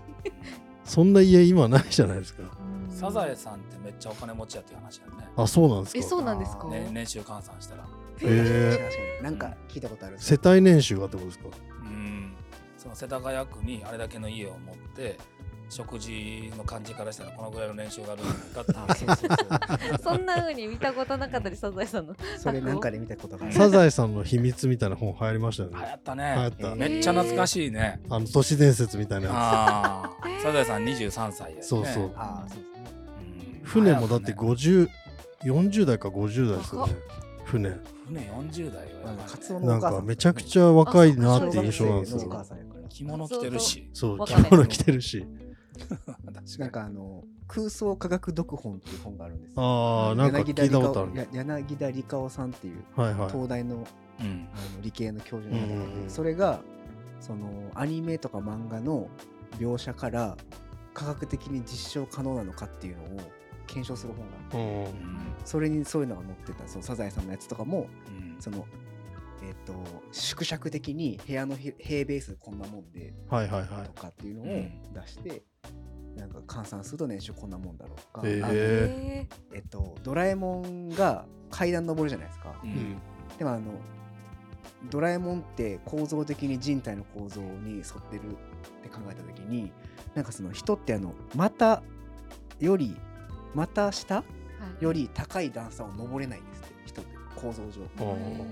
[SPEAKER 5] そんな家今ないじゃないですか
[SPEAKER 2] に
[SPEAKER 1] サザエさんってめっちゃお金持ちやっていう話や
[SPEAKER 5] あそうなんですか
[SPEAKER 2] えそうなんですか
[SPEAKER 3] あ
[SPEAKER 1] ねね年収換算したら
[SPEAKER 5] え
[SPEAKER 3] 確かになんか聞いたことあるんです
[SPEAKER 5] 世帯年収がってこと ですか
[SPEAKER 1] うんその世田谷区にあれだけの家を持って食事の感じからしたらこのぐらいの練習があるんだ った
[SPEAKER 3] あそうそうそ
[SPEAKER 2] そ
[SPEAKER 3] う
[SPEAKER 2] んな風に見たことなかったりサザエさんの
[SPEAKER 3] それなんかで見たことがある
[SPEAKER 5] サザエさんの秘密みたいな本流行りましたよ
[SPEAKER 1] 流
[SPEAKER 5] ね
[SPEAKER 1] 行った
[SPEAKER 5] 流行っ
[SPEAKER 1] ね
[SPEAKER 5] た、
[SPEAKER 3] え
[SPEAKER 1] めっちゃ懐かしいね
[SPEAKER 5] あの都市伝説みたいなや
[SPEAKER 1] ああサザエさん23歳や、ね、
[SPEAKER 5] つそうそう、
[SPEAKER 3] ああそうですね
[SPEAKER 1] うん
[SPEAKER 5] 船もだって
[SPEAKER 1] 流行
[SPEAKER 5] 5040代か50代ですよね船
[SPEAKER 1] たね船40代はやばいね
[SPEAKER 3] カツオの
[SPEAKER 5] な
[SPEAKER 3] お
[SPEAKER 5] ん
[SPEAKER 3] 母さ
[SPEAKER 5] か
[SPEAKER 3] ん
[SPEAKER 5] めちゃくちゃ若いなって印象なんです
[SPEAKER 3] 小学生のお
[SPEAKER 5] よ
[SPEAKER 3] 母さんやから
[SPEAKER 1] 着物着てるし
[SPEAKER 5] そう
[SPEAKER 2] わ
[SPEAKER 5] 着
[SPEAKER 2] かめ
[SPEAKER 5] 物着てるし
[SPEAKER 1] 確かに
[SPEAKER 3] なんかあの空想科学読本っていう本があるんですよ
[SPEAKER 5] ああなんか
[SPEAKER 3] 柳田
[SPEAKER 5] 聞いたことあ
[SPEAKER 3] 理
[SPEAKER 5] る
[SPEAKER 3] 香や柳田理香さんっていう
[SPEAKER 5] はいはい
[SPEAKER 3] 東大の
[SPEAKER 1] うん
[SPEAKER 3] あの理系の教授なんだけど、
[SPEAKER 5] うんうんうん
[SPEAKER 3] それがそのアニメとか漫画の描写から科学的に実証可能なのかっていうのを検証する本があって
[SPEAKER 5] うん
[SPEAKER 3] それにそういうのが載ってたそのサザエさんのやつとかも
[SPEAKER 1] うん
[SPEAKER 3] そのえっ、と縮尺的に部屋の平平米数こんなもんで
[SPEAKER 5] はいはいは
[SPEAKER 3] と
[SPEAKER 5] い
[SPEAKER 3] かっていうのを
[SPEAKER 1] うん
[SPEAKER 3] 出して、なんか換算すると年収こんなもんだろうとか、
[SPEAKER 5] へー
[SPEAKER 3] あ
[SPEAKER 2] え
[SPEAKER 3] えっと、ドラえもんが階段登るじゃないですか、
[SPEAKER 1] う
[SPEAKER 5] うんん
[SPEAKER 3] でもあのドラえもんって構造的に人体の構造に沿ってるって考えた時になんかその人ってあの股より股下
[SPEAKER 2] ーはい
[SPEAKER 3] より高い段差を登れないんですって人って構造上。
[SPEAKER 5] う
[SPEAKER 2] へ
[SPEAKER 5] ん
[SPEAKER 2] ー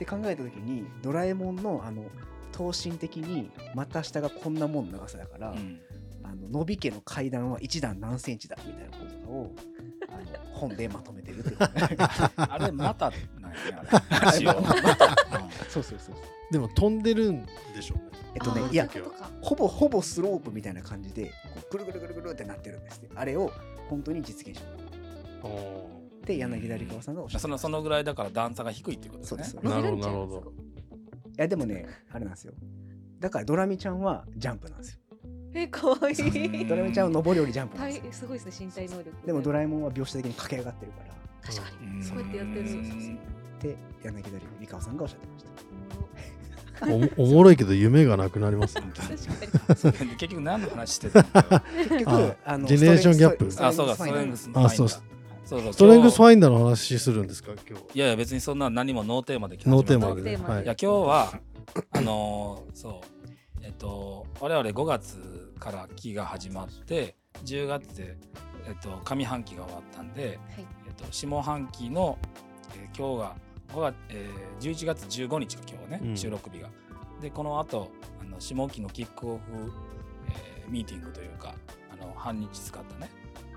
[SPEAKER 3] って考えた時にドラえもんのあの等身的に股下がこんなもんの長さだから、
[SPEAKER 1] うん
[SPEAKER 3] あの伸び家の階段は1段何センチだみたいなことをあの本でまとめてるっていうね
[SPEAKER 1] あれまたなんやねあれ一応
[SPEAKER 3] そうそうそうそう
[SPEAKER 5] でも飛んでるんでしょうね
[SPEAKER 3] えっとね
[SPEAKER 2] あー
[SPEAKER 3] いや
[SPEAKER 2] そういうことか
[SPEAKER 3] ほぼほぼスロープみたいな感じでこうぐるぐるぐるぐるってなってるんですってあれを本当に実現しよう
[SPEAKER 5] うん
[SPEAKER 3] って柳田陸川さんがおっしゃっ
[SPEAKER 1] そ
[SPEAKER 3] てま
[SPEAKER 1] の
[SPEAKER 3] し
[SPEAKER 1] そのぐらいだから段差が低いっていうこ
[SPEAKER 3] そ
[SPEAKER 1] と
[SPEAKER 3] うで
[SPEAKER 1] ですす
[SPEAKER 3] そ
[SPEAKER 1] ね
[SPEAKER 3] うです
[SPEAKER 5] ないる
[SPEAKER 2] け
[SPEAKER 5] ほ
[SPEAKER 2] ん
[SPEAKER 5] ど
[SPEAKER 2] ちゃう
[SPEAKER 5] なるほど
[SPEAKER 3] いやでもねあれなんですよだからドラミちゃんはジャンプなんですよ
[SPEAKER 2] えかわいい
[SPEAKER 3] ドラミちゃんは登りよりジャンプなんですよ
[SPEAKER 2] 大すごいですね身体能力
[SPEAKER 3] でもドラえもんは描写的に駆け上がってるから
[SPEAKER 2] 確かに
[SPEAKER 1] うん
[SPEAKER 2] そうやってやってる
[SPEAKER 1] そうそうそう
[SPEAKER 3] で柳田陸川さんがおっしゃってました
[SPEAKER 5] おも おもろいけど夢がなくなりますね
[SPEAKER 2] 確か
[SPEAKER 1] そう結局何の話してたんだよ
[SPEAKER 3] 結
[SPEAKER 5] あ
[SPEAKER 3] 局あの
[SPEAKER 5] ジェネレーションギャップ
[SPEAKER 3] ストレ
[SPEAKER 1] あ
[SPEAKER 3] ングス
[SPEAKER 1] そうか
[SPEAKER 3] フ
[SPEAKER 1] ス
[SPEAKER 3] ァ
[SPEAKER 1] ト
[SPEAKER 3] イナ
[SPEAKER 1] レ
[SPEAKER 3] ル
[SPEAKER 1] ングス
[SPEAKER 5] あそうっす
[SPEAKER 1] そうそう
[SPEAKER 5] ストレングスフ
[SPEAKER 1] 今
[SPEAKER 5] ァインダーの話するんですか今日
[SPEAKER 1] 日いやいや別にそんな何もノーテーマで来
[SPEAKER 5] ノーテー
[SPEAKER 2] ノ
[SPEAKER 5] マ
[SPEAKER 2] ー
[SPEAKER 5] で
[SPEAKER 2] テ
[SPEAKER 5] ね
[SPEAKER 2] ーマで
[SPEAKER 5] はい
[SPEAKER 1] いや今日はあのーそうえっと我々5月から期が始まって10月で、えっと、上半期が終わったんで、
[SPEAKER 2] はい
[SPEAKER 1] えっと、下半期の、えー今日が5月、えー11月15日が今日ね、
[SPEAKER 5] うん
[SPEAKER 1] 収録日が。でこの後あの下期のキックオフ、えーミーティングというかあの半日使ったね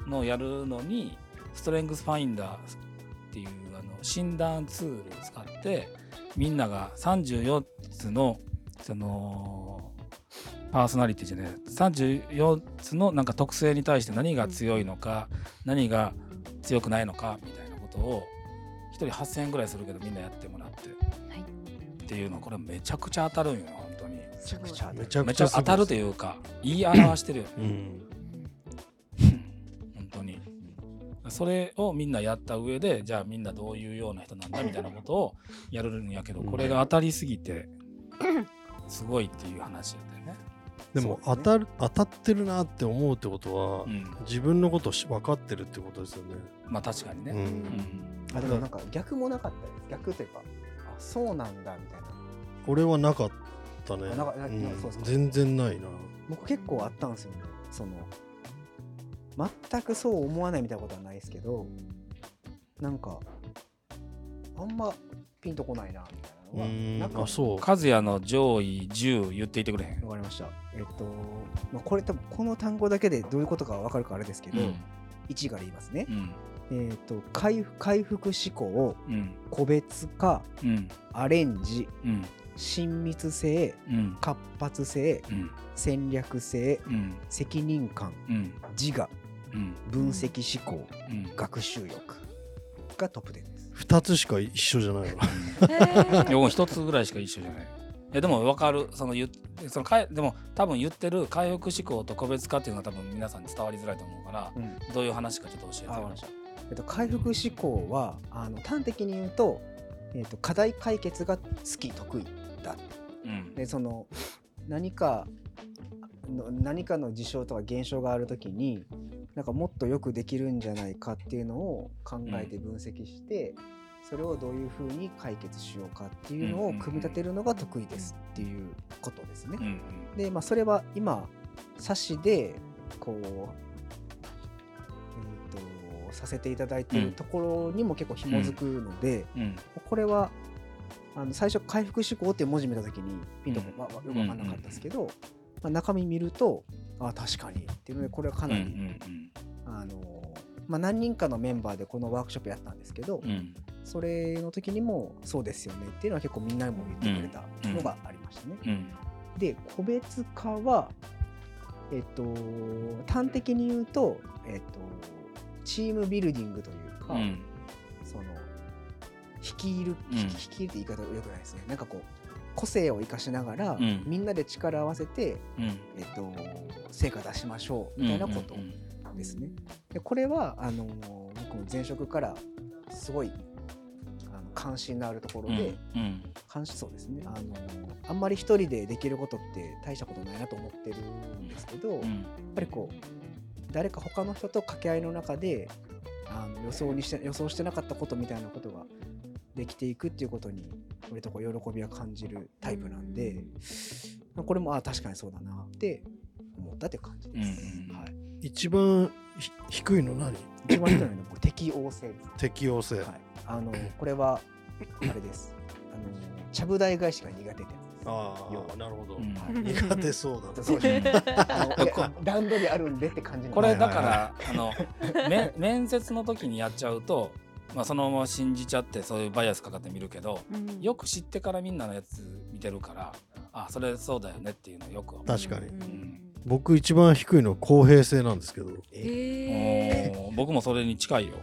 [SPEAKER 1] のをやるのにストレングスファインダーっていうあの診断ツールを使ってみんなが34つのそのパーソナリティじゃない34つのなんか特性に対して何が強いのか、何が強くないのかみたいなことを1人8,000円ぐらいするけどみんなやってもらって、
[SPEAKER 2] はい
[SPEAKER 1] っていうのこれめちゃくちゃ当たるんよ本当に
[SPEAKER 3] めちゃくちゃ当た
[SPEAKER 5] め
[SPEAKER 3] る
[SPEAKER 5] ちゃ
[SPEAKER 1] め
[SPEAKER 5] く
[SPEAKER 1] ち
[SPEAKER 5] ちゃ
[SPEAKER 1] ゃ
[SPEAKER 5] すご
[SPEAKER 1] 当
[SPEAKER 5] い
[SPEAKER 1] たるというか言い表してるよね
[SPEAKER 5] うん
[SPEAKER 1] 本当にそれをみんなやった上でじゃあみんなどういうような人なんだみたいなことをやるんやけどこれが当たりすぎてすごいっていう話だったよね。
[SPEAKER 5] で
[SPEAKER 3] そう
[SPEAKER 5] も
[SPEAKER 3] ですね
[SPEAKER 5] 当たる当たってるなって思うってことは
[SPEAKER 1] うん、
[SPEAKER 5] 自分のことし分かってるってことですよね
[SPEAKER 1] まあ確かにね。
[SPEAKER 5] う
[SPEAKER 1] うんん
[SPEAKER 3] あでもなんか逆もなかったです逆というかあそうなんだみたいな
[SPEAKER 5] 俺はなかったね
[SPEAKER 3] あなかな
[SPEAKER 5] う
[SPEAKER 3] なんかそうです
[SPEAKER 5] ん
[SPEAKER 3] か
[SPEAKER 5] 全然ないな
[SPEAKER 3] 僕結構あったんですよねその全くそう思わないみたいなことはないですけどなんかあんまピンとこないなみた
[SPEAKER 5] う
[SPEAKER 3] い
[SPEAKER 5] ん
[SPEAKER 3] なのはなんか
[SPEAKER 5] あそう
[SPEAKER 1] 和也の上位10言っていてくれへん。
[SPEAKER 3] わかりましたえっと、まあ、これ多分この単語だけでどういうことかわかるかあれですけど、
[SPEAKER 1] うん
[SPEAKER 3] 1から言いますね
[SPEAKER 1] う、ん
[SPEAKER 3] えっと回復回復思考
[SPEAKER 1] うん
[SPEAKER 3] 個別化
[SPEAKER 1] うん
[SPEAKER 3] アレンジ
[SPEAKER 1] うん
[SPEAKER 3] 親密性
[SPEAKER 1] うん
[SPEAKER 3] 活発性
[SPEAKER 1] うん
[SPEAKER 3] 戦略性
[SPEAKER 1] うん
[SPEAKER 3] 責任感
[SPEAKER 1] うん
[SPEAKER 3] 自我
[SPEAKER 1] うん
[SPEAKER 3] 分析思考、
[SPEAKER 1] うん
[SPEAKER 3] 学習欲がトップ10です。
[SPEAKER 5] 2つしか一緒じゃないわ
[SPEAKER 2] にへー
[SPEAKER 1] いやもう一つぐらいしか一緒じゃない。いやでも分かるその言っそのかえでも多分言ってる回復思考と個別化っていうのは多分皆さんに伝わりづらいと思うから
[SPEAKER 3] うん、
[SPEAKER 1] どういう話かちょっと教えて
[SPEAKER 3] あわかり
[SPEAKER 1] よ
[SPEAKER 3] ました。えっと、回復思考はあの端的に言うと,、えっと課題解決が好き得意だ
[SPEAKER 1] うん
[SPEAKER 3] でその何かの何かの事象とか現象があるときになんかもっとよくできるんじゃないかっていうのを考えて分析して、それをどういうふうに解決しようかっていうのを組み立てるのが得意ですっていうことですね
[SPEAKER 1] うんう。ん
[SPEAKER 3] で、まあ、それは今冊子でこう、えー、とさせていただいているところにも結構紐づくので、
[SPEAKER 1] うん
[SPEAKER 3] これはあの最初「回復思考」っていう文字見た時にピンと
[SPEAKER 1] うん
[SPEAKER 3] こ、まあ、よく分かんなかったですけど、まあ、中身見るとああ確かにっていうのでこれはか
[SPEAKER 1] うんう
[SPEAKER 3] なり、
[SPEAKER 1] ん
[SPEAKER 3] あのまあ、何人かのメンバーでこのワークショップやったんですけど、
[SPEAKER 1] うんうん
[SPEAKER 3] それの時にもそうですよねっていうのは結構みんなにも言ってくれたのがありましたね。
[SPEAKER 1] うん
[SPEAKER 3] で個別化はえっと端的に言うと、えっと、チームビルディングというか、
[SPEAKER 1] うん
[SPEAKER 3] その率いる
[SPEAKER 1] うん
[SPEAKER 3] 率いるって言い方よくないですねなんかこう個性を生かしながら、
[SPEAKER 1] うん
[SPEAKER 3] みんなで力を合わせて、
[SPEAKER 1] うん
[SPEAKER 3] えっと、成果出しましょうみたいなこと
[SPEAKER 1] うん
[SPEAKER 3] ですね。でこれはあの僕も前職からすごいあの関心のあるところ
[SPEAKER 1] うんうん
[SPEAKER 3] で、
[SPEAKER 1] うん
[SPEAKER 3] 関心そうですねあのあんまり一人でできることって大したことないなと思ってるんですけ
[SPEAKER 1] う
[SPEAKER 3] ど、やっ
[SPEAKER 1] ん
[SPEAKER 3] ぱりこう誰か他の人と掛け合いの中であの予想にして予想してなかったことみたいなことができていくっていうことに割とこう喜びは感じるタイプなんで、まあこれもああ確かにそうだなって思ったって感じです。
[SPEAKER 1] うんうん
[SPEAKER 3] はい、
[SPEAKER 5] 一番ひ低いの何
[SPEAKER 3] 一番いいのはねこう適応性です
[SPEAKER 5] 適応性、
[SPEAKER 3] はい、あのこれはあれです。あのちゃぶ台返しが苦手ってや
[SPEAKER 5] あ
[SPEAKER 3] 要は
[SPEAKER 5] あなるほど、
[SPEAKER 1] うん
[SPEAKER 3] はい
[SPEAKER 5] 苦手そうだ
[SPEAKER 3] つ です。
[SPEAKER 5] な
[SPEAKER 3] そう ですね。あのい
[SPEAKER 1] こ
[SPEAKER 3] やランドにあるんでって感じなんで
[SPEAKER 1] こ
[SPEAKER 5] は
[SPEAKER 1] れ
[SPEAKER 5] いはい
[SPEAKER 1] だからあのめ面接の時にやっちゃうと、まあ、そのまま信じちゃってそういうバイアスかかって見るけど
[SPEAKER 2] うん
[SPEAKER 1] よく知ってからみんなのやつ見てるからあそれそうだよねっていうのよく思う
[SPEAKER 5] 確かに
[SPEAKER 2] うん
[SPEAKER 1] うん
[SPEAKER 5] 僕一番低いのは公平性なんですけど
[SPEAKER 2] えー
[SPEAKER 1] おー僕もそれに近いよ。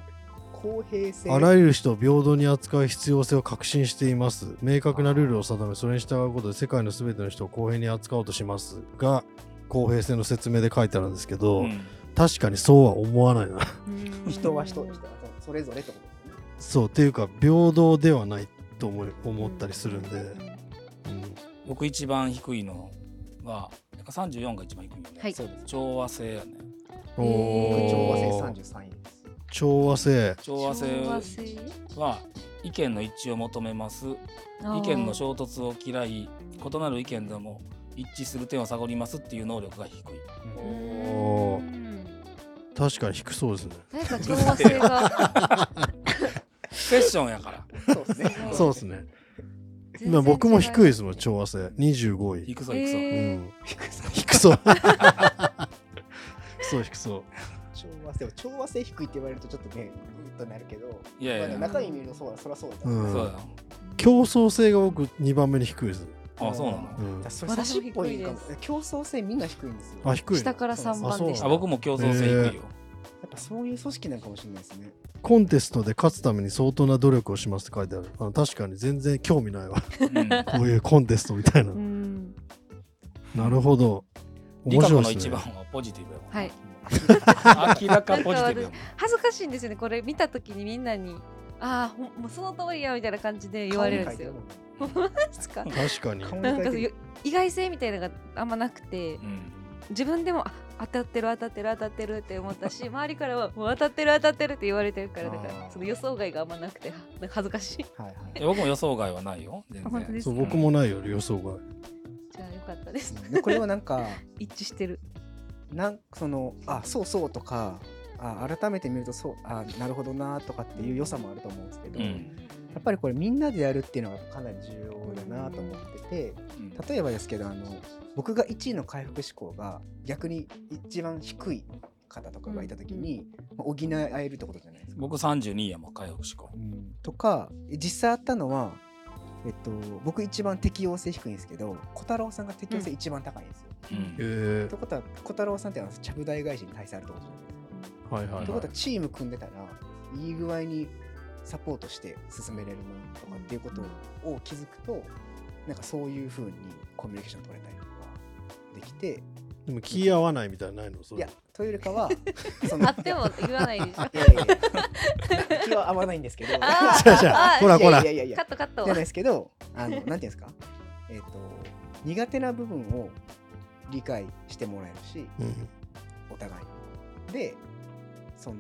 [SPEAKER 3] 公平性。
[SPEAKER 5] あらゆる人を平等に扱う必要性を確信しています明確なルールを定めそれに従うことで世界の全ての人を公平に扱おうとしますが公平性の説明で書いてあるんですけど、
[SPEAKER 1] うん
[SPEAKER 5] 確かにそうは思わないな
[SPEAKER 2] うん
[SPEAKER 3] 人は人、人はそそれぞれってことですね。
[SPEAKER 5] そうっていうか平等ではないと思い思ったりするんで、うん
[SPEAKER 1] 僕一番低いのはなんか34が一番低いんで、
[SPEAKER 2] はい
[SPEAKER 3] そうです。
[SPEAKER 1] 調和性やね
[SPEAKER 2] へー
[SPEAKER 3] 調和性
[SPEAKER 5] お
[SPEAKER 3] 三
[SPEAKER 5] ー
[SPEAKER 3] 十三位です。
[SPEAKER 5] 調和性
[SPEAKER 1] 調和性
[SPEAKER 2] 調和性
[SPEAKER 1] は意見の一致を求めます意見の衝突を嫌い異なる意見でも一致する点を探りますっていう能力が 低い
[SPEAKER 2] あー
[SPEAKER 5] おー
[SPEAKER 2] うん
[SPEAKER 5] 確かに低そうですね
[SPEAKER 2] なんか調和性が
[SPEAKER 1] セッションやから
[SPEAKER 3] そうですね。
[SPEAKER 2] ん
[SPEAKER 5] そうですね
[SPEAKER 2] 全
[SPEAKER 5] 今
[SPEAKER 2] 然
[SPEAKER 5] 僕も低
[SPEAKER 2] 違
[SPEAKER 5] い
[SPEAKER 2] う
[SPEAKER 5] ですもん調和性25位、
[SPEAKER 1] 低そう低そう、
[SPEAKER 5] う
[SPEAKER 2] えー
[SPEAKER 5] ん、低そうそう低そう
[SPEAKER 3] 調和性、調和性低いって言われるとちょっとね、うんとなるけど、
[SPEAKER 1] いやいや
[SPEAKER 3] まあね中身見るとそうだ、そりゃそうだ。
[SPEAKER 5] うん
[SPEAKER 1] そうだよ
[SPEAKER 5] 競争性が僕2番目に低いです、
[SPEAKER 1] あそうなの
[SPEAKER 5] うん、
[SPEAKER 3] それ差しっぽいかも
[SPEAKER 2] 私も低いで。
[SPEAKER 3] 競争性みんな低いんですよ。
[SPEAKER 5] あ
[SPEAKER 3] や
[SPEAKER 5] 低い
[SPEAKER 2] 下から三番でし
[SPEAKER 5] あ
[SPEAKER 1] あ
[SPEAKER 2] た
[SPEAKER 1] 僕も競争性低いよ、
[SPEAKER 3] っぱそういう組織なんかもしれないですね。
[SPEAKER 5] コンテストで勝つために相当な努力をしますって書いてあるあの確かに全然興味ない わ
[SPEAKER 1] うん
[SPEAKER 5] こういうコンテストみたいな
[SPEAKER 2] うん
[SPEAKER 5] なるほど
[SPEAKER 1] 理
[SPEAKER 5] 面
[SPEAKER 1] 科
[SPEAKER 5] 白
[SPEAKER 1] 子
[SPEAKER 5] い
[SPEAKER 1] の
[SPEAKER 5] です
[SPEAKER 1] 一
[SPEAKER 5] ね
[SPEAKER 1] 番はポジティブやもん
[SPEAKER 2] はい
[SPEAKER 1] 明らかポジティブやもん
[SPEAKER 2] 恥ずかしいんですよねこれ見た時にみんなにああもうその通りやみたいな感じで言われるんですよですか
[SPEAKER 5] 確かに
[SPEAKER 3] 顔に
[SPEAKER 2] なん
[SPEAKER 3] 書い
[SPEAKER 2] か
[SPEAKER 3] て
[SPEAKER 2] よ
[SPEAKER 3] る。
[SPEAKER 2] 意外性みたいなのがあんまなくて
[SPEAKER 1] うん
[SPEAKER 2] 自分でもあ当たってる当たってる当たってるって思ったし周りからはもう当たってる当たってるって言われてるからだか
[SPEAKER 3] あ
[SPEAKER 2] ら
[SPEAKER 3] ー
[SPEAKER 2] その予想外があんまなくてはなんか恥ずかしい
[SPEAKER 3] はいはい。
[SPEAKER 1] いや僕も予想外はないよ全
[SPEAKER 2] あ本当
[SPEAKER 1] 然
[SPEAKER 2] です
[SPEAKER 5] そう
[SPEAKER 2] か
[SPEAKER 5] 僕もないよ予想が
[SPEAKER 2] じゃあよかったです
[SPEAKER 3] でこれはなんか
[SPEAKER 2] 一致してる
[SPEAKER 3] なんそのあそうそうとかあ改めて見るとそうあなるほどなとかっていう良さもあると思うんですけど、
[SPEAKER 1] う
[SPEAKER 3] や
[SPEAKER 1] ん
[SPEAKER 3] っぱりこれみんなでやるっていうのがかなり重要だなと思ってて
[SPEAKER 1] うん
[SPEAKER 3] 例えばですけどあの僕が1位の回復志向が逆に一番低い方とかがいた時に、まあ補えるってことじゃないですか。
[SPEAKER 1] 僕32位やもん回復志向
[SPEAKER 3] とか実際あったのは、えっと、僕一番適応性低いんですけど小太郎さんが適応性一番高いんですよ。
[SPEAKER 1] うん
[SPEAKER 5] へえ
[SPEAKER 3] ってことは小太郎さんってあのちゃぶ台返しに対してあるってことじゃないですか。
[SPEAKER 5] はいはい、
[SPEAKER 3] ってこ
[SPEAKER 5] はい
[SPEAKER 3] とはチーム組んでたらいい具合にサポートして進めれるなとかっていうことを気づくとなんかそういうふうにコミュニケーション取れたりとかできて
[SPEAKER 5] でも気合わないみたいなのないのそ
[SPEAKER 3] い
[SPEAKER 5] れ
[SPEAKER 3] やという よりかはそ
[SPEAKER 2] あってもって言わないでし ょ
[SPEAKER 3] いやいやいや気は合わないんですけど
[SPEAKER 2] あ
[SPEAKER 5] じゃあじゃあ
[SPEAKER 2] あ
[SPEAKER 5] ほらほら
[SPEAKER 3] いやいやいやいや
[SPEAKER 2] カットカット
[SPEAKER 3] じゃないですけどあのなんていうんですかえっ、と苦手な部分を理解してもらえるし
[SPEAKER 5] うん
[SPEAKER 3] お互いにでその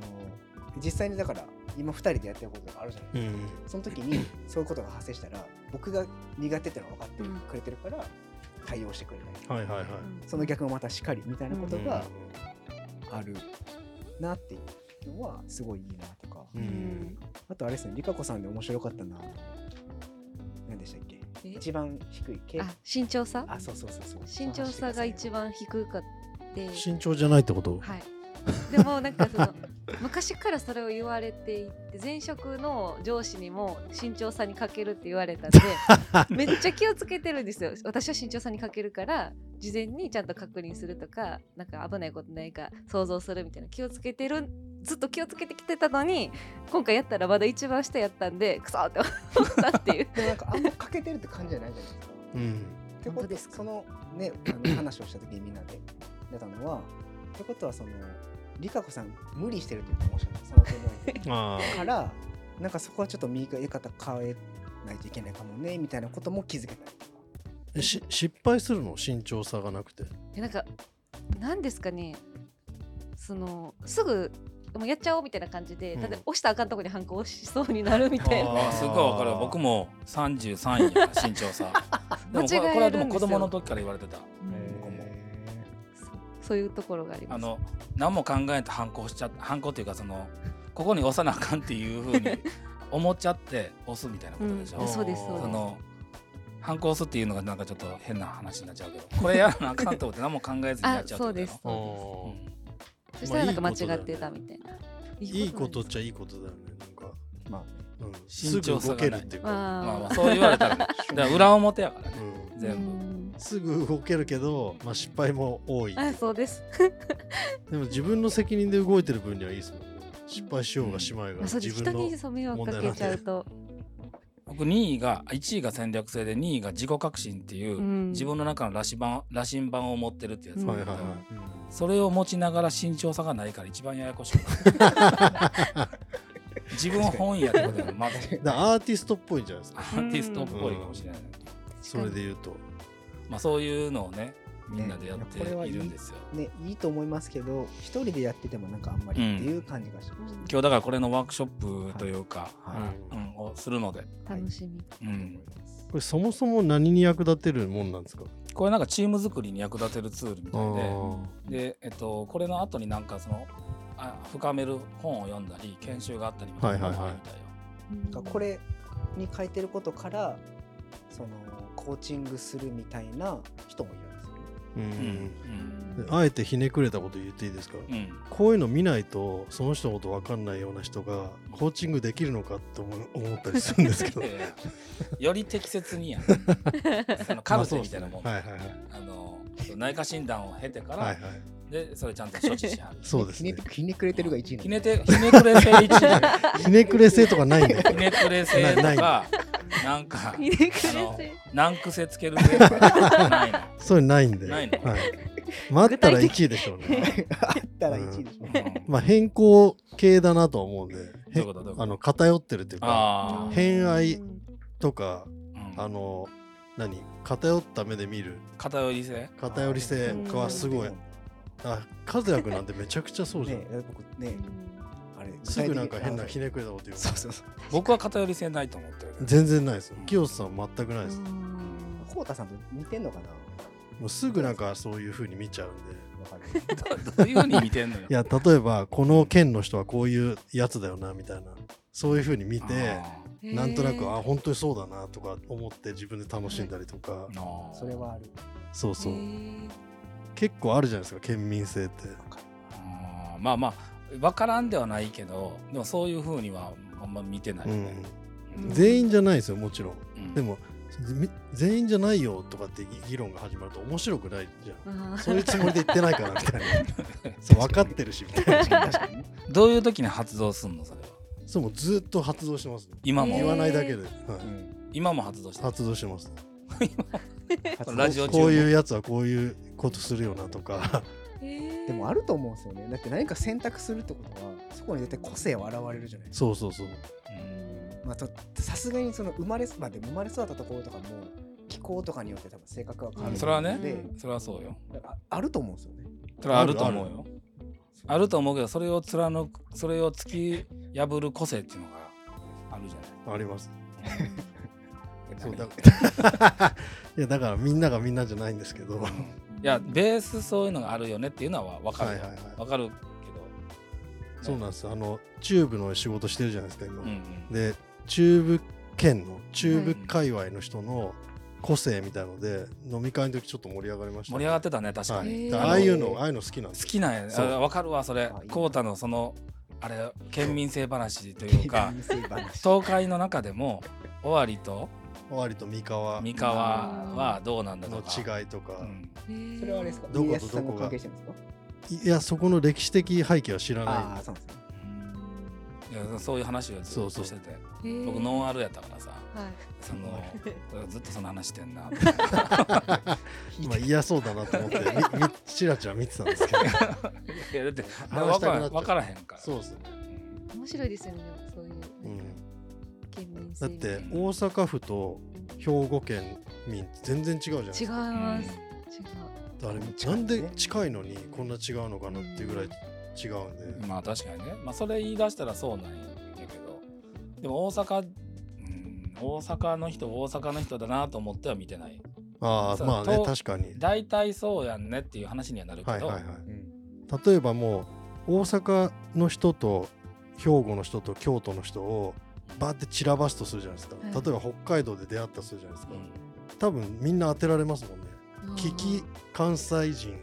[SPEAKER 3] 実際にだから今2人でやってることがあるじゃないですか
[SPEAKER 5] うん
[SPEAKER 3] その時 にそういうことが発生したら僕が苦手ってのは分かって
[SPEAKER 2] うん
[SPEAKER 3] くれてるから対応してくれない、
[SPEAKER 5] はいはいはい
[SPEAKER 3] その逆もまたしかりみたいなこと
[SPEAKER 5] うん
[SPEAKER 3] があるなっていうのはすごいいいなとか、
[SPEAKER 5] うんうん
[SPEAKER 3] あとあれですねりかこさんで面白かったな何でしたっけ
[SPEAKER 2] え
[SPEAKER 3] 一番低い系
[SPEAKER 2] あ身長差
[SPEAKER 3] あそうそうそうそう
[SPEAKER 2] 身長差が一番低かって
[SPEAKER 5] 慎重じゃないってこと
[SPEAKER 2] はい。でもなんかその昔からそれを言われていて前職の上司にも慎重さに欠けるって言われたんでめっちゃ気をつけてるんですよ私は慎重さに欠けるから事前にちゃんと確認するとかなんか危ないことないか想像するみたいな気をつけてるずっと気をつけてきてたのに今回やったらまだ一番下やったんでクソって思ったっていう
[SPEAKER 3] でもなんかあんま欠けてるって感じじゃないじゃないですか
[SPEAKER 5] うん
[SPEAKER 3] ってこ
[SPEAKER 2] 本当
[SPEAKER 3] と
[SPEAKER 2] ですか
[SPEAKER 3] そのねあの話をした時にみんなで出たのはってことはその理香子さん無理してるって言ってましたねその手の
[SPEAKER 5] ああ
[SPEAKER 3] からなんかそこはちょっと右方変えないといけないかもねみたいなことも気づけたりとか
[SPEAKER 5] えし失敗するの慎重さがなくて
[SPEAKER 2] えなんかなんですかねそのすぐもうやっちゃおうみたいな感じで、
[SPEAKER 5] うん
[SPEAKER 2] ただ押したらあかんとこに反抗しそうになるみたいな
[SPEAKER 1] あーすごいわかる僕も33位やから身長 さでもこれ
[SPEAKER 2] 間違えるんですよ
[SPEAKER 1] これはでも子供の時から言われてた
[SPEAKER 2] うん
[SPEAKER 1] 僕も
[SPEAKER 2] そうそういうところがあります
[SPEAKER 1] あの何も考えて反抗しちゃって反抗っていうかそのここに押さなあかんっていうふうに思っちゃ って押すみたいなことでしょ、
[SPEAKER 2] うんそうですそうです
[SPEAKER 1] その反抗するっていうのがなんかちょっと変な話になっちゃうけどこれやらなあかんと思って何も考えずにや
[SPEAKER 2] あ
[SPEAKER 1] っちゃうって
[SPEAKER 2] そ
[SPEAKER 1] こ
[SPEAKER 2] う
[SPEAKER 1] とやろうん
[SPEAKER 2] ですそうですそ
[SPEAKER 5] あー
[SPEAKER 2] したらなんか間違ってたみたいな、
[SPEAKER 5] いいこと
[SPEAKER 2] なんで
[SPEAKER 5] っ
[SPEAKER 2] す
[SPEAKER 5] ちゃいいことだよねなんか、
[SPEAKER 3] まあね
[SPEAKER 5] うん、す
[SPEAKER 1] 慎
[SPEAKER 5] ぐ
[SPEAKER 1] 重さ
[SPEAKER 5] 動
[SPEAKER 1] が
[SPEAKER 5] け
[SPEAKER 1] な
[SPEAKER 5] る
[SPEAKER 1] い
[SPEAKER 5] っていうか、
[SPEAKER 1] まあま
[SPEAKER 2] あ
[SPEAKER 1] あそう言われたら ねだから裏表やから
[SPEAKER 5] う
[SPEAKER 1] ね全
[SPEAKER 2] ー
[SPEAKER 5] ん、
[SPEAKER 1] 部
[SPEAKER 2] うん
[SPEAKER 5] すぐ動けるけど、まあ、失敗も多い
[SPEAKER 2] あそうです
[SPEAKER 5] でも自分の責任で動いてる分にはいいですもんね失敗しようがしまいが
[SPEAKER 2] あそうです
[SPEAKER 5] 自分
[SPEAKER 2] 人
[SPEAKER 5] の
[SPEAKER 2] にそう迷惑かけちゃうと、
[SPEAKER 1] 僕2位が1位が戦略性で2位が自己革新っていう、
[SPEAKER 2] うん
[SPEAKER 1] 自分の中の羅針盤羅針盤を持ってるってやつ、
[SPEAKER 2] うん
[SPEAKER 5] はいはいはい
[SPEAKER 1] それを持ちながら慎重さがないから一番ややこ しい自分を本位やってことでまず
[SPEAKER 5] だからアーティストっぽいんじゃないです
[SPEAKER 1] ア
[SPEAKER 5] か
[SPEAKER 1] ーティストっぽいかもしれない、
[SPEAKER 5] それで言うと
[SPEAKER 1] まあ、そういうのをねみんなでやっているんですよ、
[SPEAKER 3] ねいいと思いますけど一人でやっててもなんかあんまりっていう感じがしまし
[SPEAKER 1] 今日だからこれのワークショップというか、
[SPEAKER 3] た、
[SPEAKER 5] うん
[SPEAKER 3] はい
[SPEAKER 1] うん、をするので、
[SPEAKER 2] うん楽しみ、
[SPEAKER 1] うん、
[SPEAKER 5] これそもそも何に役立てるもんなんですか
[SPEAKER 1] これなんかチーム作りに役立てるツールみ
[SPEAKER 5] あ
[SPEAKER 1] たいで
[SPEAKER 5] ー
[SPEAKER 1] で、えっと、これの後になんかそのあ深める本を読んだり研修があったりみたいなのがあるみたいよ
[SPEAKER 2] うん
[SPEAKER 3] なんかこれに書いてることからそのコーチングするみたいな人もいるんですよね。
[SPEAKER 5] う
[SPEAKER 1] うん
[SPEAKER 5] ん
[SPEAKER 2] うん
[SPEAKER 5] であえてひねくれたこと言っていいですか
[SPEAKER 1] うんうん
[SPEAKER 5] こういうの見ないとその人のこと分かんないような人がコーチングできるのかって思う思ったりするんですけど
[SPEAKER 1] いやいやより適切にや ねそのカルテみたいなもん、
[SPEAKER 5] まあそうですね
[SPEAKER 1] あの内科診断を経てか
[SPEAKER 5] はい
[SPEAKER 1] ら、
[SPEAKER 5] はいはいはい
[SPEAKER 1] でそれちゃんと処置しはる
[SPEAKER 5] そうですね
[SPEAKER 3] ひねひねくれてるが1位
[SPEAKER 1] ひねてひねくれ性一位
[SPEAKER 5] ひねくれ性とかないん だ
[SPEAKER 1] ひねくれ性とかなんか
[SPEAKER 2] ひねくれ
[SPEAKER 1] あの
[SPEAKER 2] 性
[SPEAKER 1] 難癖つける性とかないの
[SPEAKER 5] それないんで。
[SPEAKER 1] ないの
[SPEAKER 5] はい。待ったら1位でしょうね。
[SPEAKER 3] あったら1位でしょ。
[SPEAKER 1] うん
[SPEAKER 5] まあ変更系だなとは思うんで。
[SPEAKER 1] どうい
[SPEAKER 5] へ
[SPEAKER 1] うことどういうこ
[SPEAKER 5] あ
[SPEAKER 1] と
[SPEAKER 5] の偏ってるっていうか
[SPEAKER 1] あー
[SPEAKER 5] 偏愛
[SPEAKER 2] うん
[SPEAKER 5] とか
[SPEAKER 1] うん
[SPEAKER 5] あの何偏った目で見る
[SPEAKER 1] 偏り性
[SPEAKER 5] 偏り性
[SPEAKER 2] は
[SPEAKER 5] がすごい
[SPEAKER 3] ね。
[SPEAKER 5] あ和也君なんてめちゃくちゃそうじゃん、
[SPEAKER 3] 僕ね、あれ、
[SPEAKER 5] すぐなんか変なひ
[SPEAKER 3] ね
[SPEAKER 5] ねくれたこと言う
[SPEAKER 3] そうそうそう。
[SPEAKER 1] 僕は偏り性ないと思ってるけど
[SPEAKER 5] 全然ないですよ清瀬さん全くないです、
[SPEAKER 2] うん
[SPEAKER 3] コウタさんと似てん のかな
[SPEAKER 5] もうすぐなんかそういう風に見ちゃうんで
[SPEAKER 3] わかる。
[SPEAKER 1] どどういうふうに見てんのよ
[SPEAKER 5] いや例えばこの県の人はこういうやつだよなみたいなそういう風に見
[SPEAKER 1] あ
[SPEAKER 5] て
[SPEAKER 1] ー
[SPEAKER 5] なんとなく
[SPEAKER 2] へー
[SPEAKER 5] あ本当にそうだなとか思って自分で楽しんだりとか
[SPEAKER 1] あー
[SPEAKER 3] それは ある。
[SPEAKER 5] そうそう
[SPEAKER 2] へー
[SPEAKER 5] 結構あるじゃないですか県民性って
[SPEAKER 1] あーまあまあ分からんではないけどでもそういうふうにはあんま見てない、
[SPEAKER 5] う
[SPEAKER 1] ね
[SPEAKER 5] ん
[SPEAKER 2] うん
[SPEAKER 5] 全員じゃないですよもちろん
[SPEAKER 1] うん
[SPEAKER 5] でもみ全員じゃないよとかって議論が始まると面白くないじゃ
[SPEAKER 2] あ
[SPEAKER 5] ん
[SPEAKER 2] ー
[SPEAKER 5] そういうつもりで言ってないからみたいなそう分かってるしみたいな
[SPEAKER 3] 確かに確かに。
[SPEAKER 1] どういう時に発動するのそれは
[SPEAKER 5] そうもうずっと発動してます
[SPEAKER 1] 今も、
[SPEAKER 2] へー
[SPEAKER 5] 言わないだけで、はい
[SPEAKER 1] 今も発動してる
[SPEAKER 5] 発動してます
[SPEAKER 1] ラジオ中も
[SPEAKER 5] こういうやつはこういうことするよなとか
[SPEAKER 2] へー
[SPEAKER 3] でもあると思うんですよね。だって何か選択するってことは、そこに絶対個性は現れるじゃないですか。
[SPEAKER 5] そうそうそう
[SPEAKER 1] うん
[SPEAKER 3] まあ、とさすがにその生まれ,、まあ、でも生まれ育ったところとかも気候とかによって多分性格が変わる
[SPEAKER 1] それはね
[SPEAKER 3] ので
[SPEAKER 1] それはそうよ
[SPEAKER 3] ああると思うんですよね。
[SPEAKER 1] それはあると思うよあると思うけどそれを貫くそれを突き破る個性っていうのがあるじゃ
[SPEAKER 5] あります
[SPEAKER 1] ない
[SPEAKER 5] そうだ
[SPEAKER 1] い
[SPEAKER 5] いやだからみんながみんなじゃないんですけどはい
[SPEAKER 1] やベースそういうのがあるよねっていうのは分か
[SPEAKER 5] はい
[SPEAKER 1] る、
[SPEAKER 5] はい
[SPEAKER 1] 分かるけ
[SPEAKER 5] そうなんですあのチューブの仕事してるじゃないですか今、
[SPEAKER 1] ど、うんうん
[SPEAKER 5] でチューブ県のチューブ界隈の人の個性みたいので、飲み会の時ちょっと盛り上がりました
[SPEAKER 1] 盛り上がってたね確か
[SPEAKER 5] は
[SPEAKER 1] に、
[SPEAKER 5] い、
[SPEAKER 2] へ
[SPEAKER 5] で
[SPEAKER 2] ー
[SPEAKER 5] ああいうのああいうの好きなん
[SPEAKER 1] 好
[SPEAKER 5] です
[SPEAKER 1] きなんやね
[SPEAKER 5] そう
[SPEAKER 1] あ分かるわそれ
[SPEAKER 3] あいいな
[SPEAKER 1] 浩太のそのあれ県民性話という か
[SPEAKER 3] 人生話
[SPEAKER 1] 東海の中でも尾張と
[SPEAKER 5] 尾張と三河
[SPEAKER 1] 三河はどうなんだとか
[SPEAKER 5] の違いとか、
[SPEAKER 1] うん
[SPEAKER 2] へー
[SPEAKER 3] それはあれですか
[SPEAKER 5] どこと
[SPEAKER 3] 家康さんが
[SPEAKER 5] どこが
[SPEAKER 3] 関係してるんですか
[SPEAKER 5] いやそこの歴史的背景は知ら
[SPEAKER 3] あ
[SPEAKER 5] な
[SPEAKER 3] あそうなんですね。
[SPEAKER 1] いやそういう話をずっとしてて
[SPEAKER 5] そうそう
[SPEAKER 2] へー
[SPEAKER 1] 僕ノンアルやったからさ
[SPEAKER 2] はい
[SPEAKER 1] そのずっとその話してんな
[SPEAKER 5] 今嫌そうだなと思ってみみチラチラ見てたんで すけど
[SPEAKER 1] いやだ って
[SPEAKER 5] 話
[SPEAKER 1] 分
[SPEAKER 5] し
[SPEAKER 1] か
[SPEAKER 5] たくなっちゃ
[SPEAKER 1] ら
[SPEAKER 5] う
[SPEAKER 1] 分からへんから
[SPEAKER 5] そうですね、
[SPEAKER 1] うん
[SPEAKER 2] 面白いですよねでもそういうな
[SPEAKER 5] う
[SPEAKER 2] ん
[SPEAKER 5] ん
[SPEAKER 2] か、県民性
[SPEAKER 5] だっ
[SPEAKER 2] みたい
[SPEAKER 5] て大阪府と兵庫県民って全然違うじゃないですか
[SPEAKER 2] な違います、違
[SPEAKER 5] あれ
[SPEAKER 3] 近
[SPEAKER 5] ないん
[SPEAKER 3] ね
[SPEAKER 5] で近いのにこんな違うのかなっていうぐらい違うんで、
[SPEAKER 1] まあ確かにね、まあ、それ言い出したらそうなんやけどでも大阪うん大阪の人大阪の人だなと思っては見てない
[SPEAKER 5] ああ
[SPEAKER 1] そう
[SPEAKER 5] まあね
[SPEAKER 1] と
[SPEAKER 5] 確かに
[SPEAKER 1] 大体そうやんねっていう話にはなるけど、
[SPEAKER 5] はいはいはい
[SPEAKER 3] うん
[SPEAKER 5] 例えばもう大阪の人と兵庫の人と京都の人をバーって散らばすとするじゃないですか、
[SPEAKER 2] はい
[SPEAKER 5] 例えば北海道で出会ったとするじゃないですか、
[SPEAKER 1] うん
[SPEAKER 5] 多分みんな当てられますもんね
[SPEAKER 2] う
[SPEAKER 5] 聞き関西人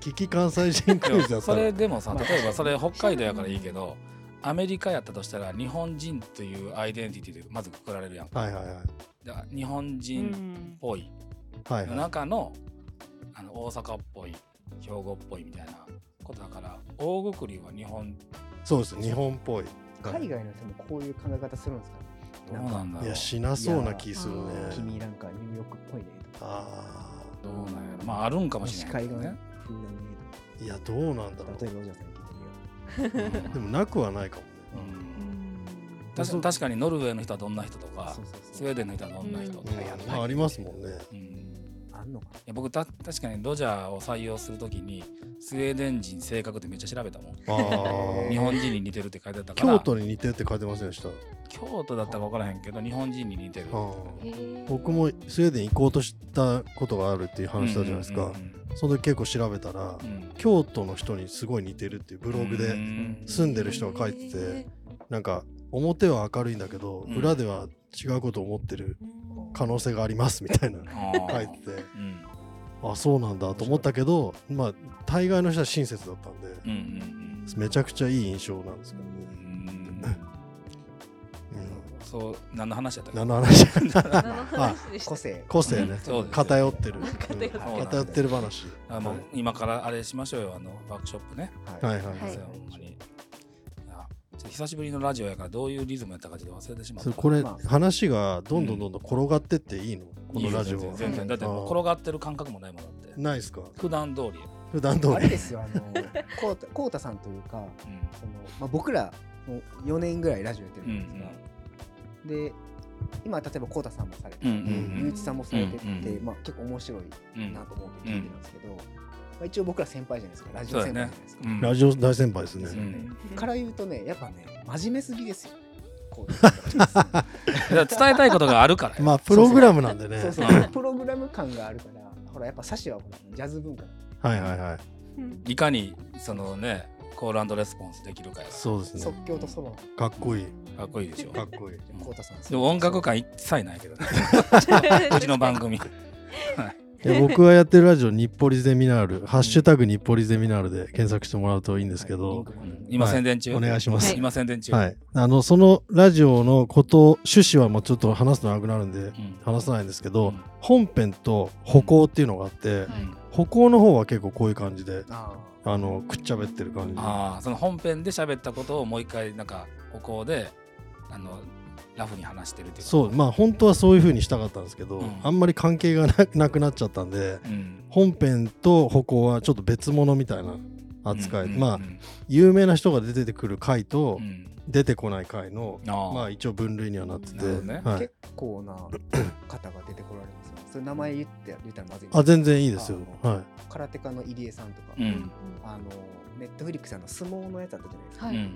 [SPEAKER 5] 聞き関西人ク
[SPEAKER 1] で
[SPEAKER 5] イズだ
[SPEAKER 1] も
[SPEAKER 5] った
[SPEAKER 1] そ
[SPEAKER 5] ら
[SPEAKER 1] れでもさ
[SPEAKER 3] まあ
[SPEAKER 1] 例えばそれ北海道やからいいけどアメリカやったとしたら日本人というアイデンティティでまずくくられるやんか
[SPEAKER 5] はいはいはい
[SPEAKER 1] だから日本人っ
[SPEAKER 2] ん
[SPEAKER 1] ぽい
[SPEAKER 5] はい
[SPEAKER 1] の
[SPEAKER 5] はい
[SPEAKER 1] 中のあの大阪っぽい兵庫っぽいみたいなことだから大くくりは日本
[SPEAKER 5] そうです日本っぽい
[SPEAKER 3] 海外の人もこういう考え方するんですかね
[SPEAKER 1] どうなんだ
[SPEAKER 5] い
[SPEAKER 1] ろう
[SPEAKER 5] やしなそうな気するね
[SPEAKER 2] いや
[SPEAKER 3] 君なんかニューヨークっぽいねとか
[SPEAKER 5] あ
[SPEAKER 1] どうなんやろまああるんかもし
[SPEAKER 3] 西
[SPEAKER 1] れな
[SPEAKER 3] 海
[SPEAKER 1] いけ
[SPEAKER 3] 岸
[SPEAKER 1] ど
[SPEAKER 3] 風だ
[SPEAKER 1] ね
[SPEAKER 3] ね
[SPEAKER 5] ーいやどうなん
[SPEAKER 3] と
[SPEAKER 5] だ
[SPEAKER 3] か
[SPEAKER 5] ろう
[SPEAKER 3] 例えばお嬢さんに聞いてみよ
[SPEAKER 5] でもなくはないかもね。
[SPEAKER 1] うん確
[SPEAKER 5] で
[SPEAKER 1] か
[SPEAKER 5] そう
[SPEAKER 1] に確かにノルウェーの人はどんな人と
[SPEAKER 3] う
[SPEAKER 1] か
[SPEAKER 3] そうそう
[SPEAKER 1] ス
[SPEAKER 3] そ
[SPEAKER 1] ウェー
[SPEAKER 3] う
[SPEAKER 1] デンの人はどんな人とか、
[SPEAKER 5] うん
[SPEAKER 3] やっぱり
[SPEAKER 5] まあ、ありますもんね。
[SPEAKER 1] うん
[SPEAKER 3] あんのかない
[SPEAKER 1] や僕た確かにロジャーを採用するときにスウェーデン人性格ってめっちゃ調べたもん
[SPEAKER 5] あ
[SPEAKER 3] へー
[SPEAKER 1] 日
[SPEAKER 5] ー
[SPEAKER 1] 本人に似てるって書いてあったから
[SPEAKER 5] 京都に似てるって書いてませんでした。
[SPEAKER 1] 京都だったか分からへんけど日本人に似てる
[SPEAKER 5] あ
[SPEAKER 2] へ
[SPEAKER 5] ー
[SPEAKER 2] ー
[SPEAKER 5] 僕もスウェーデン行こうとしたことがあるっていう話したじゃないですか。その時結構調べたら
[SPEAKER 1] うんうんうんうん
[SPEAKER 5] 京都の人にすごい似てるっていうブログ
[SPEAKER 1] う
[SPEAKER 5] で
[SPEAKER 1] ん
[SPEAKER 5] 住んでる人が書いて
[SPEAKER 2] へ
[SPEAKER 5] て
[SPEAKER 2] ー
[SPEAKER 5] なんか表は明るいんだけど
[SPEAKER 1] うん
[SPEAKER 5] 裏では違うことを思ってる
[SPEAKER 2] うん
[SPEAKER 5] 可能性がありますみたいな
[SPEAKER 1] あー
[SPEAKER 5] 書いてて
[SPEAKER 1] うん
[SPEAKER 5] あそうなんだと思ったけどまあ大概の人は親切だったんで
[SPEAKER 1] うんうん
[SPEAKER 5] めちゃくちゃいい印象なんですけどね
[SPEAKER 1] う。んうんそう何の話やったっけ
[SPEAKER 5] 何の話
[SPEAKER 2] 何の話でした
[SPEAKER 3] 個
[SPEAKER 2] っけ
[SPEAKER 3] 性
[SPEAKER 5] 個性ね
[SPEAKER 1] そうです
[SPEAKER 5] 偏ってる
[SPEAKER 2] 偏ってる
[SPEAKER 5] うん偏ってる話
[SPEAKER 1] あもう
[SPEAKER 5] はい
[SPEAKER 1] 今からあれしましょうよあのワークショップね
[SPEAKER 5] はいいはい、
[SPEAKER 2] はい
[SPEAKER 1] そうほんまにいやちょっと久しぶりのラジオやからどういうリズムやったかちょっと忘れてしまっ
[SPEAKER 5] そ
[SPEAKER 1] た
[SPEAKER 5] れこれ、
[SPEAKER 3] まあ
[SPEAKER 5] 話がどんどんどんどん転がってっていいのこのラジオ
[SPEAKER 1] いい
[SPEAKER 5] は
[SPEAKER 1] よ全然全然だってもう転がってる感覚もないもんだって
[SPEAKER 5] ないですか
[SPEAKER 1] 普段通りや
[SPEAKER 5] 普段通
[SPEAKER 3] あれ
[SPEAKER 5] り
[SPEAKER 3] ですよあのこうたこうたさんというか
[SPEAKER 1] うん
[SPEAKER 3] その、まあ、僕らもう4年ぐらいラジオやってる
[SPEAKER 1] うんん
[SPEAKER 3] ですが、で今例えばこうたさんもされて
[SPEAKER 1] うんう
[SPEAKER 3] て、
[SPEAKER 1] ん
[SPEAKER 3] ゆういちさんもされてて、
[SPEAKER 1] うん
[SPEAKER 3] まあ、結構面白い
[SPEAKER 1] うんうん
[SPEAKER 3] なと思って聞いてるんですけど、まあ、一応僕ら先輩じゃないですかラジオ
[SPEAKER 1] そう
[SPEAKER 3] 先輩
[SPEAKER 1] だ
[SPEAKER 3] じゃない
[SPEAKER 1] ね
[SPEAKER 3] ですか。
[SPEAKER 1] うん
[SPEAKER 5] ラジオ大先輩です
[SPEAKER 3] ですよ
[SPEAKER 5] ね
[SPEAKER 3] ね
[SPEAKER 1] う
[SPEAKER 3] から言うとねやっぱね真面目すぎですよ。こう
[SPEAKER 1] だから伝えたいことがあるからよ
[SPEAKER 5] まあプログラムなんでね
[SPEAKER 3] そうそう
[SPEAKER 1] うん
[SPEAKER 3] プログラム感があるからほらやっぱサシはほらジャズ文化
[SPEAKER 5] はいはいはい
[SPEAKER 2] うん
[SPEAKER 1] いかにそのねコールレスポンスできるかやか
[SPEAKER 5] そうですね
[SPEAKER 3] 即興とソロの
[SPEAKER 5] かっこいい
[SPEAKER 1] らかっこいいでしょ
[SPEAKER 5] かっこいい
[SPEAKER 3] こうたさん。
[SPEAKER 1] でも音楽感一切ないけど ねうちの番組
[SPEAKER 5] いや僕がやってるラジオ日暮里ゼミナール「ハッシュタグ日暮里ゼミナール」で検索してもらうといいんですけ
[SPEAKER 1] う
[SPEAKER 5] ど、
[SPEAKER 1] ん今宣伝中
[SPEAKER 5] お願いします、
[SPEAKER 1] 今宣伝中
[SPEAKER 5] はい、あのそのラジオのこと趣旨はもうちょっと話すとなくなるんで
[SPEAKER 1] うん
[SPEAKER 5] 話さないんですけ
[SPEAKER 1] う
[SPEAKER 5] ど
[SPEAKER 1] ん
[SPEAKER 5] 本編と歩行っていうのがあって
[SPEAKER 1] うん
[SPEAKER 5] 歩行の方は結構こういう感じで
[SPEAKER 3] あ
[SPEAKER 5] あのくっちゃべってる感じ
[SPEAKER 1] ああその本編で喋ったことをもう一回なんかここであのラフに話してるっていうか
[SPEAKER 5] そうまあ本当はそういう風にしたかったんですけど、
[SPEAKER 1] うん
[SPEAKER 5] あんまり関係がななくなっちゃったんで
[SPEAKER 1] うん
[SPEAKER 5] 本編と歩行はちょっと別物みたいな扱い、
[SPEAKER 1] うん
[SPEAKER 5] まあ
[SPEAKER 1] うん
[SPEAKER 5] 有名な人が出てくる回と
[SPEAKER 1] うん
[SPEAKER 5] 出てこない回の、
[SPEAKER 1] ああ
[SPEAKER 5] まあ一応分類にはなってて
[SPEAKER 1] なるほどね
[SPEAKER 3] あ
[SPEAKER 5] はい
[SPEAKER 3] 結構な方が出てこられますよね。それ名前言って言ったらまずい。
[SPEAKER 5] あ全然いいですよ
[SPEAKER 3] あ
[SPEAKER 5] はい
[SPEAKER 3] 空手家の入江さんとか、
[SPEAKER 1] うん
[SPEAKER 3] あのネットフリックスの相撲のやつあったじゃないですか。
[SPEAKER 1] う
[SPEAKER 2] は
[SPEAKER 1] ん
[SPEAKER 2] い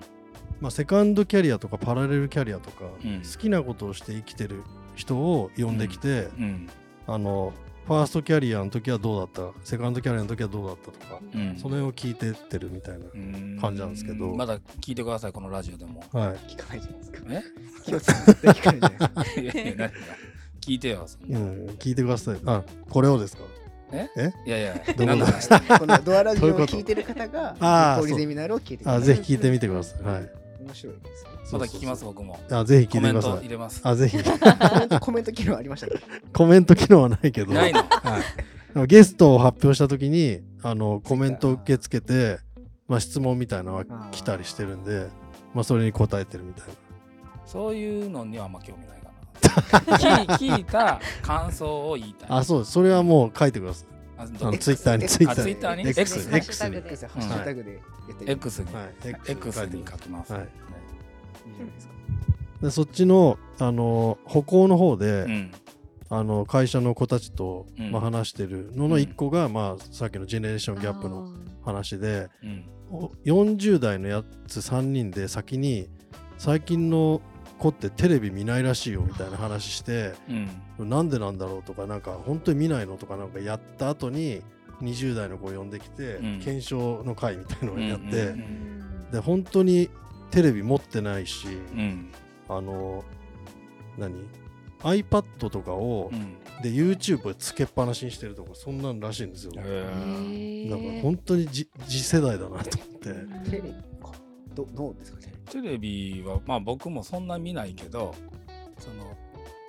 [SPEAKER 5] まあ、セカンドキャリアとかパラレルキャリアとか、
[SPEAKER 1] うん
[SPEAKER 5] 好きなことをして生きてる人を呼んできて、
[SPEAKER 1] うん
[SPEAKER 5] あのファーストキャリアの時はどうだったセカンドキャリアの時はどうだったとか、
[SPEAKER 1] うん
[SPEAKER 5] その辺を聞いてってるみたいな、
[SPEAKER 1] うん
[SPEAKER 5] 感じなんですけど
[SPEAKER 1] まだ聞いてくださいこのラジオでも
[SPEAKER 5] はい
[SPEAKER 3] 聞かないじゃないですか。
[SPEAKER 1] え
[SPEAKER 3] 気をつけて絶対聞かないじゃないですか。
[SPEAKER 1] いやいや何が聞いてよそん
[SPEAKER 5] う、
[SPEAKER 1] なん
[SPEAKER 5] 聞いてくださいあこれをですか
[SPEAKER 1] いやいや
[SPEAKER 5] どういうこと
[SPEAKER 1] 何の話
[SPEAKER 3] このドアラジオ
[SPEAKER 5] どういう
[SPEAKER 3] を
[SPEAKER 5] こと
[SPEAKER 3] 聞いてる方が、
[SPEAKER 5] あー
[SPEAKER 3] ポリゼミナルを聞いてくださ
[SPEAKER 5] あ
[SPEAKER 3] い
[SPEAKER 5] ぜひ聞いてみてください、はい、
[SPEAKER 3] 面白いですよ。
[SPEAKER 1] まだ聞きます僕も
[SPEAKER 5] あぜひ聞
[SPEAKER 1] コ
[SPEAKER 5] いて
[SPEAKER 1] メ
[SPEAKER 5] く
[SPEAKER 1] ン
[SPEAKER 5] ださ
[SPEAKER 1] ト入
[SPEAKER 5] い
[SPEAKER 1] れます
[SPEAKER 5] あぜひ
[SPEAKER 3] コ メントコメント機能ありましたね。
[SPEAKER 5] コメント機能はないけど
[SPEAKER 1] ないの
[SPEAKER 5] はいでもゲストを発表した時にあのコメントを受け付けて、まあ、質問みたいなのは来たりしてるんで、まあ、それに答えてるみたいな
[SPEAKER 1] そういうのにはあんま興味ないかな聞い聞いた感想を言いたい。
[SPEAKER 5] あ、そうです。それはもう書いてください。
[SPEAKER 1] あ
[SPEAKER 5] あの
[SPEAKER 1] ど
[SPEAKER 3] X
[SPEAKER 5] ツイッターに、
[SPEAKER 3] X
[SPEAKER 5] ツイッタ
[SPEAKER 1] あツイ
[SPEAKER 5] ー
[SPEAKER 1] ッターに
[SPEAKER 5] X
[SPEAKER 3] X
[SPEAKER 2] ハッシュタ
[SPEAKER 5] X
[SPEAKER 2] グ
[SPEAKER 5] に。
[SPEAKER 2] で
[SPEAKER 3] X ハッシュタグでやっていいい
[SPEAKER 1] X に、
[SPEAKER 5] はい。
[SPEAKER 1] X
[SPEAKER 5] 書いて
[SPEAKER 1] に
[SPEAKER 5] くだ
[SPEAKER 1] 書きます。
[SPEAKER 5] さい。
[SPEAKER 1] は
[SPEAKER 5] はいい。
[SPEAKER 3] いじゃないですか。
[SPEAKER 5] でそっちの、あの歩行の方で、
[SPEAKER 1] うん
[SPEAKER 5] あの会社の子たちと、
[SPEAKER 1] うん
[SPEAKER 5] まあ、話してるのの一個が、まあ、さっきのジェネレーションギャップの話で
[SPEAKER 1] うん
[SPEAKER 5] お40代のやつ3人で先に最近の子ってテレビ見ないらしいよみたいな話して
[SPEAKER 1] うん
[SPEAKER 5] なんでなんだろうとかなんか本当に見ないのとかなんかやった後に20代の子を呼んできて、
[SPEAKER 1] うん
[SPEAKER 5] 検証の会みたいのをやって、
[SPEAKER 1] うんうん
[SPEAKER 2] あー
[SPEAKER 5] で本当にテレビ持ってないし、
[SPEAKER 1] うん
[SPEAKER 5] あの何 iPad とかを、
[SPEAKER 1] うん
[SPEAKER 5] で YouTube をつけっぱなしにしてるとかそんなんらしいんですよ、
[SPEAKER 1] え
[SPEAKER 5] だから本当にじ次世代だなと思って、
[SPEAKER 3] テレビかどどうですかね。
[SPEAKER 1] ーテレビはまあ僕もそんな見ないけどその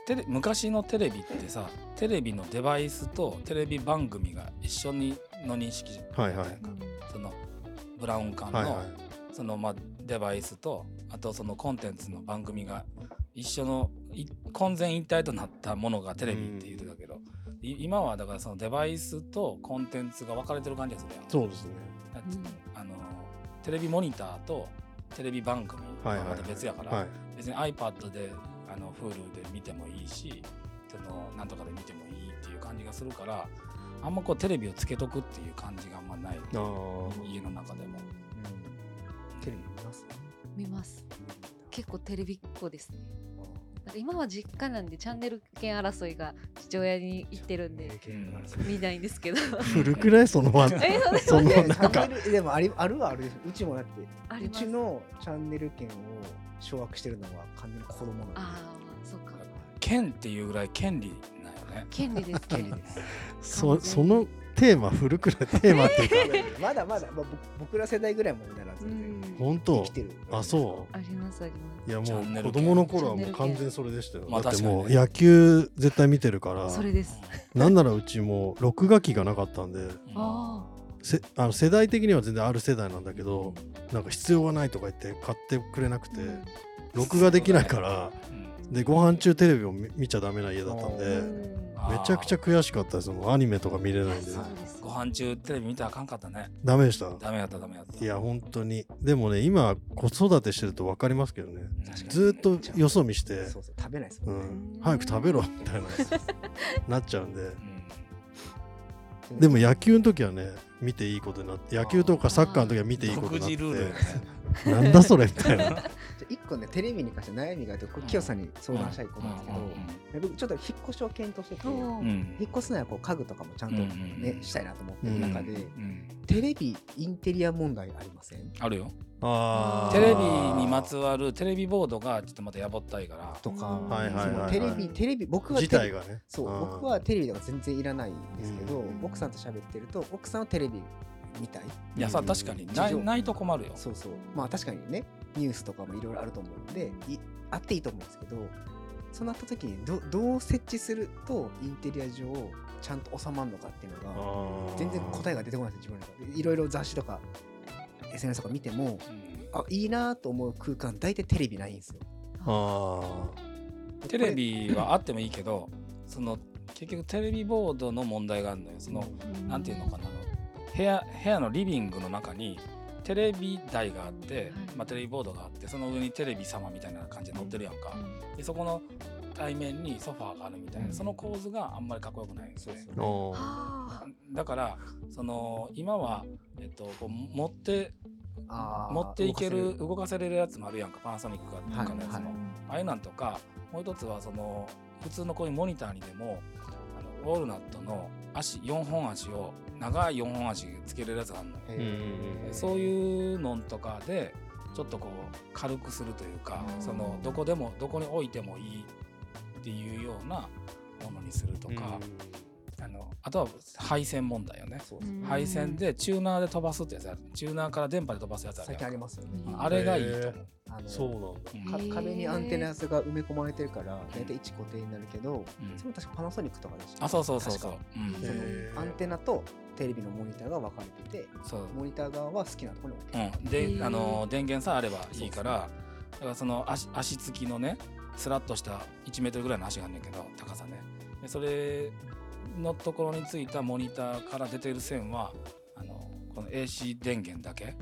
[SPEAKER 1] テレ昔のテレビってさテレビのデバイスとテレビ番組が一緒にの認識じゃん
[SPEAKER 5] はいはい
[SPEAKER 1] そのブラウン管の、
[SPEAKER 5] はいはい
[SPEAKER 1] そのまあデバイスとあとそのコンテンツの番組が一緒のい混然一体となったものがテレビって言ってたけど、い今はだからそのデバイスとコンテンツが分かれてる感じですね。
[SPEAKER 5] そうですね
[SPEAKER 1] だってあのテレビモニターとテレビ番組
[SPEAKER 5] は
[SPEAKER 1] は
[SPEAKER 5] いはい、
[SPEAKER 1] ま
[SPEAKER 5] は
[SPEAKER 1] た
[SPEAKER 5] い、
[SPEAKER 1] 別やから、
[SPEAKER 5] はい、
[SPEAKER 1] 別に iPad であの Hulu で見てもいいしそのなんとかで見てもいいっていう感じがするからあんまこうテレビをつけとくっていう感じがあんまない
[SPEAKER 5] あー
[SPEAKER 1] 家の中で も。
[SPEAKER 3] テレビ見ます。
[SPEAKER 2] 見ます結構テレビっ子ですねなんか今は実家なんでチャンネル権争いが父親に行ってるんで見ないんです けど
[SPEAKER 5] 古くないそのま
[SPEAKER 2] え
[SPEAKER 5] そ
[SPEAKER 2] そう
[SPEAKER 5] の
[SPEAKER 2] です
[SPEAKER 5] なんか
[SPEAKER 3] チャンネルでもありあるはあるです。うちもだって
[SPEAKER 2] あり
[SPEAKER 3] う
[SPEAKER 2] ます
[SPEAKER 3] ちのチャンネル権を掌握してるのは完全に子供なんで
[SPEAKER 2] ああそうか
[SPEAKER 1] 権っていうぐらい権利なんよね。
[SPEAKER 2] 権利 です
[SPEAKER 3] 権
[SPEAKER 2] ね
[SPEAKER 3] 利です。
[SPEAKER 5] そそのテーマ古くないテーマっていうか、
[SPEAKER 3] まだまだ、まあ、ぼ僕ら世代ぐらいまでなら
[SPEAKER 2] う
[SPEAKER 3] 全然
[SPEAKER 2] ん
[SPEAKER 5] 本
[SPEAKER 3] 生
[SPEAKER 5] 当
[SPEAKER 3] きてる。
[SPEAKER 5] あそ
[SPEAKER 2] ありますありま
[SPEAKER 5] ういや
[SPEAKER 1] チャ
[SPEAKER 5] も
[SPEAKER 1] ンネ
[SPEAKER 5] う
[SPEAKER 1] ル
[SPEAKER 5] 子
[SPEAKER 1] 系
[SPEAKER 5] 供の頃はもう完全それでしたよ、
[SPEAKER 1] まあ
[SPEAKER 5] だってもう
[SPEAKER 1] 確かにね
[SPEAKER 5] 野球絶対見てるから
[SPEAKER 2] すそれです
[SPEAKER 5] なんならうちもう録画機がなかったんで
[SPEAKER 1] うん
[SPEAKER 2] あ
[SPEAKER 5] せあの世代的には全然ある世代なんだけどなんか必要がないとか言って買ってくれなく
[SPEAKER 2] あ
[SPEAKER 5] て録画できないから
[SPEAKER 1] うん
[SPEAKER 5] でご飯中テレビを見見ちゃダメな家だったんで
[SPEAKER 3] う
[SPEAKER 2] うん
[SPEAKER 1] あー
[SPEAKER 5] めちゃくちゃ悔しかったですもうアニメとか見れないんで
[SPEAKER 2] そうです
[SPEAKER 1] ご飯中テレビ見たらあかんかったね。
[SPEAKER 5] ダメでした
[SPEAKER 1] ダメやったダメやった。
[SPEAKER 5] いや本当にでもね今子育てしてると分かりますけどね
[SPEAKER 1] うん
[SPEAKER 3] 確かに
[SPEAKER 5] ずーっとよそ見して
[SPEAKER 3] そうそう、食べないです
[SPEAKER 5] う
[SPEAKER 3] もんね。
[SPEAKER 5] ん早く食べろみたいななっちゃうんで
[SPEAKER 1] うん
[SPEAKER 5] でも野球の時はね見ていいことになって野球とかサッカーの時は見ていいこ
[SPEAKER 1] 独
[SPEAKER 5] とにな
[SPEAKER 1] 自ルールや
[SPEAKER 5] っ
[SPEAKER 1] ね。
[SPEAKER 5] て なんだそれみたいな
[SPEAKER 3] じゃあ一個ね、テレビに関して悩みがあって、これ、きよさんに相談したいことなんですけど、僕、ちょっと引っ越しを検討してて、
[SPEAKER 2] お
[SPEAKER 1] う
[SPEAKER 2] ー
[SPEAKER 1] んうん
[SPEAKER 3] 引っ越すならこう家具とかもちゃんと
[SPEAKER 1] うんうん
[SPEAKER 3] ね
[SPEAKER 1] う、ん
[SPEAKER 3] したいなと思ってる中で、
[SPEAKER 1] うん
[SPEAKER 3] テレビ、インテリア問題ありません
[SPEAKER 1] あるよ。
[SPEAKER 5] あー
[SPEAKER 1] テレビにまつわるテレビボードがちょっとまたやぼったいから。
[SPEAKER 3] とか、
[SPEAKER 2] はいはいはいはい
[SPEAKER 3] そのテレビ、テレビ、僕はテ
[SPEAKER 5] 自
[SPEAKER 3] レ
[SPEAKER 5] 体がね
[SPEAKER 3] そう、
[SPEAKER 5] ん
[SPEAKER 3] 僕はテレビとか全然いらないんですけど、
[SPEAKER 2] うん
[SPEAKER 3] 奥さんと喋ってると、奥さんはテレビ見たい。
[SPEAKER 1] いやさ
[SPEAKER 5] うん
[SPEAKER 1] 確かにな
[SPEAKER 3] 地
[SPEAKER 1] い
[SPEAKER 3] 上
[SPEAKER 1] ないと困るよ。
[SPEAKER 3] そうそうまあ確かにねニュースとかもいろいろあると思うんでいあっていいと思うんですけどそうなった時にどどう設置するとインテリア上ちゃんと収まるのかっていうのが全然答えが出てこないですよ自分の中でいろいろ雑誌とか SNS とか見ても
[SPEAKER 1] うん
[SPEAKER 3] あいいなと思う空間大体テレビないんですよ
[SPEAKER 5] あ
[SPEAKER 1] テレビはあってもいいけど、その結局テレビボードの問題があるのよ。そのなんていうのかな部屋部屋のリビングの中にテレビ台があって、まあ、テレビボードがあってその上にテレビ様みたいな感じで載ってるやんか、でそこの対面にソファーがあるみたいな、
[SPEAKER 3] うん
[SPEAKER 1] その構図があんまりかっこよくないんですよね
[SPEAKER 3] そう
[SPEAKER 5] ーおー
[SPEAKER 2] は
[SPEAKER 1] だからその今は、えっと、こう持って
[SPEAKER 3] あー
[SPEAKER 1] 持っていけ
[SPEAKER 3] 動
[SPEAKER 1] る
[SPEAKER 3] か
[SPEAKER 1] 動かせれるやつもあるやんかパナソニックがなんかのやつも、
[SPEAKER 3] はいはい
[SPEAKER 1] ああいうなんとかもう一つはその普通のこういうモニターにでもあのウォールナットの足4本足を長い4本足つけれるやつがあるのよ
[SPEAKER 3] せ
[SPEAKER 5] うん
[SPEAKER 3] る
[SPEAKER 5] うん
[SPEAKER 3] へー
[SPEAKER 1] そういうのんとかでちょっとこう軽くするというか
[SPEAKER 2] うん
[SPEAKER 1] そのどこでもどこに置いてもいいっていうようなものにすると
[SPEAKER 5] うん
[SPEAKER 1] か、あのあとは配線問題よね
[SPEAKER 3] そう
[SPEAKER 2] うん
[SPEAKER 1] 配線でチューナーで飛ばすってやつあるチューナーから電波で飛ばすやつある
[SPEAKER 3] 最
[SPEAKER 1] やん
[SPEAKER 3] 近
[SPEAKER 1] か
[SPEAKER 3] ありますよね
[SPEAKER 1] あれがいいと思う
[SPEAKER 3] あの
[SPEAKER 5] そうなんだ
[SPEAKER 1] うん
[SPEAKER 3] か
[SPEAKER 2] へー
[SPEAKER 3] 壁にアンテナやつが埋め込まれてるから大体1固定になるけど、
[SPEAKER 1] うん
[SPEAKER 3] それも確かパナソニックとかでした
[SPEAKER 1] あそうそうそうそう
[SPEAKER 3] 確か、
[SPEAKER 1] うん
[SPEAKER 5] へー
[SPEAKER 3] そのアンテナとテレビのモニターが分かれてて
[SPEAKER 1] そう
[SPEAKER 3] モニター側は好きなところに置いてる
[SPEAKER 1] うん、で、
[SPEAKER 2] へー
[SPEAKER 1] あの電源さえあればいいからだからその足足つきのねスラッとした1メートルぐらいの足があんねんけど高さねでそれのところについたモニターから出ている線はあのこの AC 電源だけ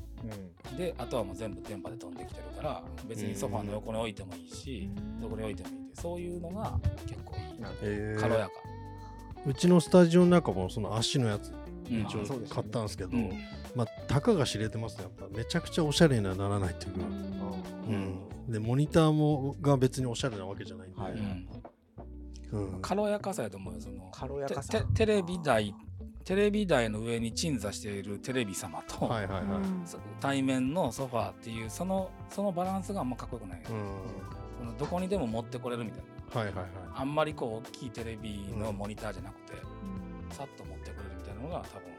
[SPEAKER 1] であとはもう全部電波で飛んできてるから別にソファーの横に置いてもいいしどこに置いてもいいってそういうのが結構いい
[SPEAKER 3] な
[SPEAKER 5] え
[SPEAKER 1] 軽やか、
[SPEAKER 5] うちのスタジオの中もその足のやつ
[SPEAKER 1] うん
[SPEAKER 5] 一応
[SPEAKER 3] あそうですよね
[SPEAKER 5] 買ったんですけど、
[SPEAKER 1] うん
[SPEAKER 5] まあたかが知れてますねやっぱめちゃくちゃおしゃれにはならないっていうか、
[SPEAKER 3] う
[SPEAKER 5] うん、でモニターもが別におしゃれなわけじゃないんで、
[SPEAKER 3] はい
[SPEAKER 1] うん
[SPEAKER 5] うん
[SPEAKER 1] 軽やかさやと思うよその
[SPEAKER 3] 軽やか
[SPEAKER 1] て
[SPEAKER 3] さ
[SPEAKER 1] てテレビ台テレビ台の上に鎮座しているテレビ様と、
[SPEAKER 5] はいはいはい、
[SPEAKER 1] そ対面のソファーっていうそのそのバランスがあんまかっこよくない、
[SPEAKER 5] うん、
[SPEAKER 1] そのどこにでも持ってこれるみたい
[SPEAKER 5] はいはいはい
[SPEAKER 1] なあんまりこう大きいテレビのモニターじゃなくて、さっと持ってくれるみたいなのが多分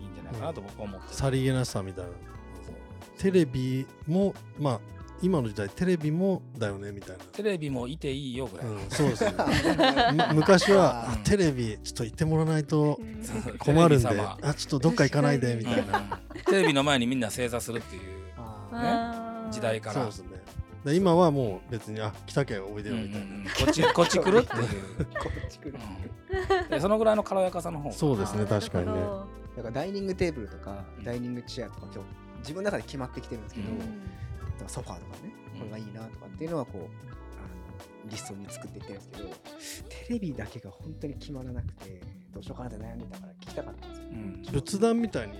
[SPEAKER 1] いいんじゃないかなと僕は思ってる、
[SPEAKER 5] さりげなさみたいな
[SPEAKER 1] そう
[SPEAKER 5] テレビもまあ今の時代テレビもだよねみたいな
[SPEAKER 1] テレビもいていいよぐらい、
[SPEAKER 5] うん、そう ですね む昔はあテレビちょっと行ってもらわないと
[SPEAKER 1] そう
[SPEAKER 5] 困るんで
[SPEAKER 1] テレビ様
[SPEAKER 5] あちょっとどっか行かないでみたいな
[SPEAKER 1] うんテレビの前にみんな正座するっていう
[SPEAKER 3] あ
[SPEAKER 2] あー
[SPEAKER 1] 時代か
[SPEAKER 5] そう
[SPEAKER 1] ら、
[SPEAKER 5] ですねで今はもう別にあ来たけおいで
[SPEAKER 1] うん
[SPEAKER 5] よ
[SPEAKER 1] うん
[SPEAKER 5] みたいな、
[SPEAKER 1] うんこっちこっち来るっていう
[SPEAKER 3] ーこっち来る
[SPEAKER 1] うんでそのぐらいの軽やかさの方が
[SPEAKER 5] そうですね確かにね
[SPEAKER 3] だからダイニングテーブルとか
[SPEAKER 1] うん
[SPEAKER 3] ダイニングチェアとか今日自分の中で決まってきてるんですけど、
[SPEAKER 1] うん
[SPEAKER 3] だからソファーとかね
[SPEAKER 1] うん
[SPEAKER 3] これがいいなとかっていうのはこうあの理想に作っていってるんですけどテレビだけが本当に決まらなくてどうしようかなって悩んでたから聞きたかったんですよ、
[SPEAKER 1] うん
[SPEAKER 5] 仏壇みたいに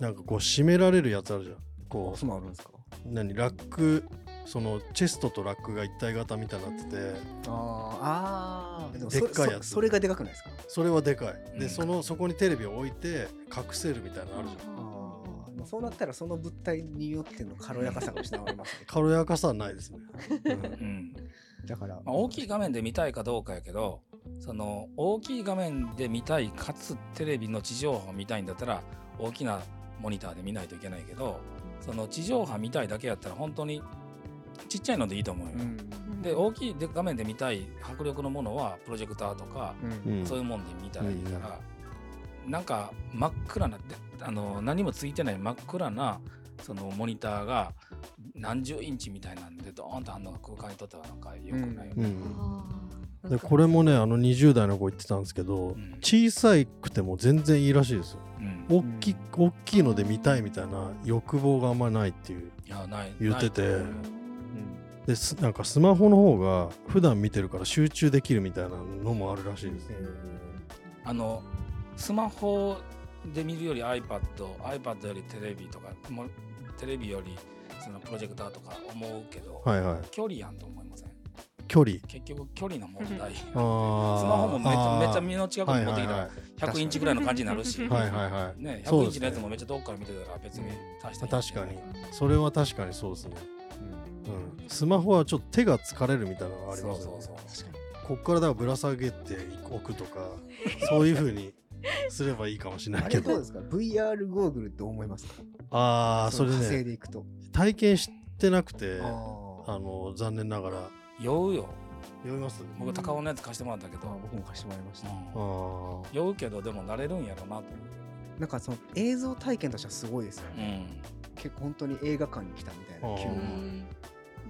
[SPEAKER 5] なんかこう締められるやつあるじゃんこう
[SPEAKER 3] そんなのあるんですか
[SPEAKER 5] 何ラックそのチェストとラックが一体型みたいになってて
[SPEAKER 3] あーあーでもそ
[SPEAKER 5] でっかいやつ
[SPEAKER 3] そそれがでかくないですか
[SPEAKER 5] それはでかい
[SPEAKER 1] う
[SPEAKER 5] で、
[SPEAKER 1] ん
[SPEAKER 5] そのそこにテレビを置いて隠せるみたいなのあるじゃん
[SPEAKER 3] あーでもそうなったらその物体によっての軽やかさが失われますね
[SPEAKER 5] 軽やかさはないですね、
[SPEAKER 1] うん
[SPEAKER 3] だから、
[SPEAKER 1] まあ、大きい画面で見たいかどうかやけどその大きい画面で見たいかつテレビの地上波を見たいんだったら大きなモニターで見ないといけないけどその地上波見たいだけやったら本当にちっちゃいのでいいと思うよ。
[SPEAKER 3] うん
[SPEAKER 1] で大きいで画面で見たい迫力のものはプロジェクターとか、
[SPEAKER 3] うん
[SPEAKER 5] うん
[SPEAKER 1] そういうもんで見たらいいから、なんか真っ暗なであの何もついてない真っ暗なそのモニターが何十インチみたいなんでドーンとあんのが空間にとってはなんか良くないよ
[SPEAKER 5] う
[SPEAKER 1] ね。
[SPEAKER 5] んでこれもねあの20代の子言ってたんですけど、
[SPEAKER 1] ん
[SPEAKER 5] 小さくても全然いいらしいですよ
[SPEAKER 1] うん
[SPEAKER 5] 大き,、大きいので見たいみたいな欲望があんまないっていう
[SPEAKER 1] いやない
[SPEAKER 5] 言ってて
[SPEAKER 1] ないと
[SPEAKER 5] う
[SPEAKER 1] 思
[SPEAKER 5] ん
[SPEAKER 1] うよ
[SPEAKER 5] ですなんかスマホの方が普段見てるから集中できるみたいなのもあるらしいですね、
[SPEAKER 1] あのスマホで見るより iPadiPad よりテレビとかもテレビよりそのプロジェクターとか思うけど、
[SPEAKER 5] はいはい
[SPEAKER 1] 距離やんと思いません
[SPEAKER 5] 距離
[SPEAKER 1] 結局距離の問題 ス
[SPEAKER 5] あ
[SPEAKER 1] マ
[SPEAKER 5] ー
[SPEAKER 1] ホもめちゃ
[SPEAKER 5] あー
[SPEAKER 1] めちゃ身の近くに持ってきた
[SPEAKER 5] は
[SPEAKER 1] ら100インチぐらいの感じになる し、
[SPEAKER 5] いはいはいはいはい
[SPEAKER 1] ね、
[SPEAKER 5] そ
[SPEAKER 1] 100
[SPEAKER 5] う
[SPEAKER 1] インチの
[SPEAKER 5] ですね
[SPEAKER 1] やつもめっちゃ遠くから見てたら別に大した
[SPEAKER 5] 確かにそれは確かにそうですね、うん、スマホはちょっと手が疲れるみたいなのがありますよね
[SPEAKER 1] そうそうそう
[SPEAKER 5] こっからだからぶら下げておくとかそういうふうにすればいいかもしれな
[SPEAKER 3] あ
[SPEAKER 5] いけ
[SPEAKER 3] れどう
[SPEAKER 5] ど
[SPEAKER 3] ですか ?VR ゴーグルって思いますか
[SPEAKER 5] ああそれ
[SPEAKER 3] の派生
[SPEAKER 5] ね
[SPEAKER 3] でいくと。
[SPEAKER 5] 体験してなくてあ
[SPEAKER 3] あー
[SPEAKER 5] の残念ながら
[SPEAKER 1] 酔うよ
[SPEAKER 5] 読みます
[SPEAKER 1] 僕高尾のやつ貸してもらったけど、
[SPEAKER 3] あ僕も貸してもらいました。
[SPEAKER 5] あ
[SPEAKER 1] うん
[SPEAKER 5] ー
[SPEAKER 1] 酔うけどでも慣れるんやろなと思
[SPEAKER 3] なんかその映像体験としてはすごいですよ
[SPEAKER 1] う、う
[SPEAKER 3] ね。
[SPEAKER 1] ん、
[SPEAKER 3] 結構本当に映画館に来たみたいな
[SPEAKER 5] あー
[SPEAKER 3] 気分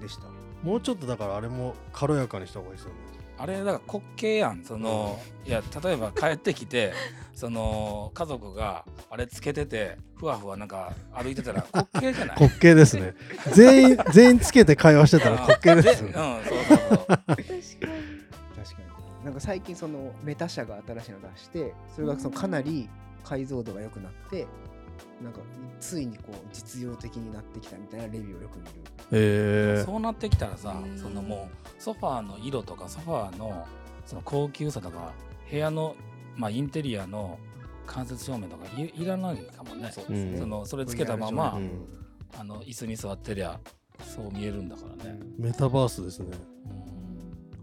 [SPEAKER 3] でした。
[SPEAKER 5] もうちょっとだからあれも軽やかにした方がいいですよね
[SPEAKER 1] あれだから滑稽やんその、いや例えば帰ってきて その家族があれつけててふわふわなんか歩いてたら滑稽じゃない
[SPEAKER 5] 滑稽ですね全員全員つけて会話してたら滑稽です
[SPEAKER 1] うん
[SPEAKER 5] ね
[SPEAKER 1] そうそうそう
[SPEAKER 2] 確かに
[SPEAKER 3] 確かに。なんか最近そのメタ社が新しいの出して、それがそのかなり解像度が良くなって、なんかついにこう実用的になってきたみたいなレビューをよく見る。
[SPEAKER 5] え
[SPEAKER 1] そうなってきたらさ
[SPEAKER 2] うん
[SPEAKER 1] そのもうソファーの色とかソファーのその高級さとか部屋の、まあ、インテリアの間接照明とかいいらないかもねそ
[SPEAKER 5] ですねうん
[SPEAKER 1] のそれつけたまま、
[SPEAKER 5] VR 上
[SPEAKER 1] あの椅子に座ってりゃそう見えるんだからね、
[SPEAKER 5] メタバースですね
[SPEAKER 1] うん、でも滑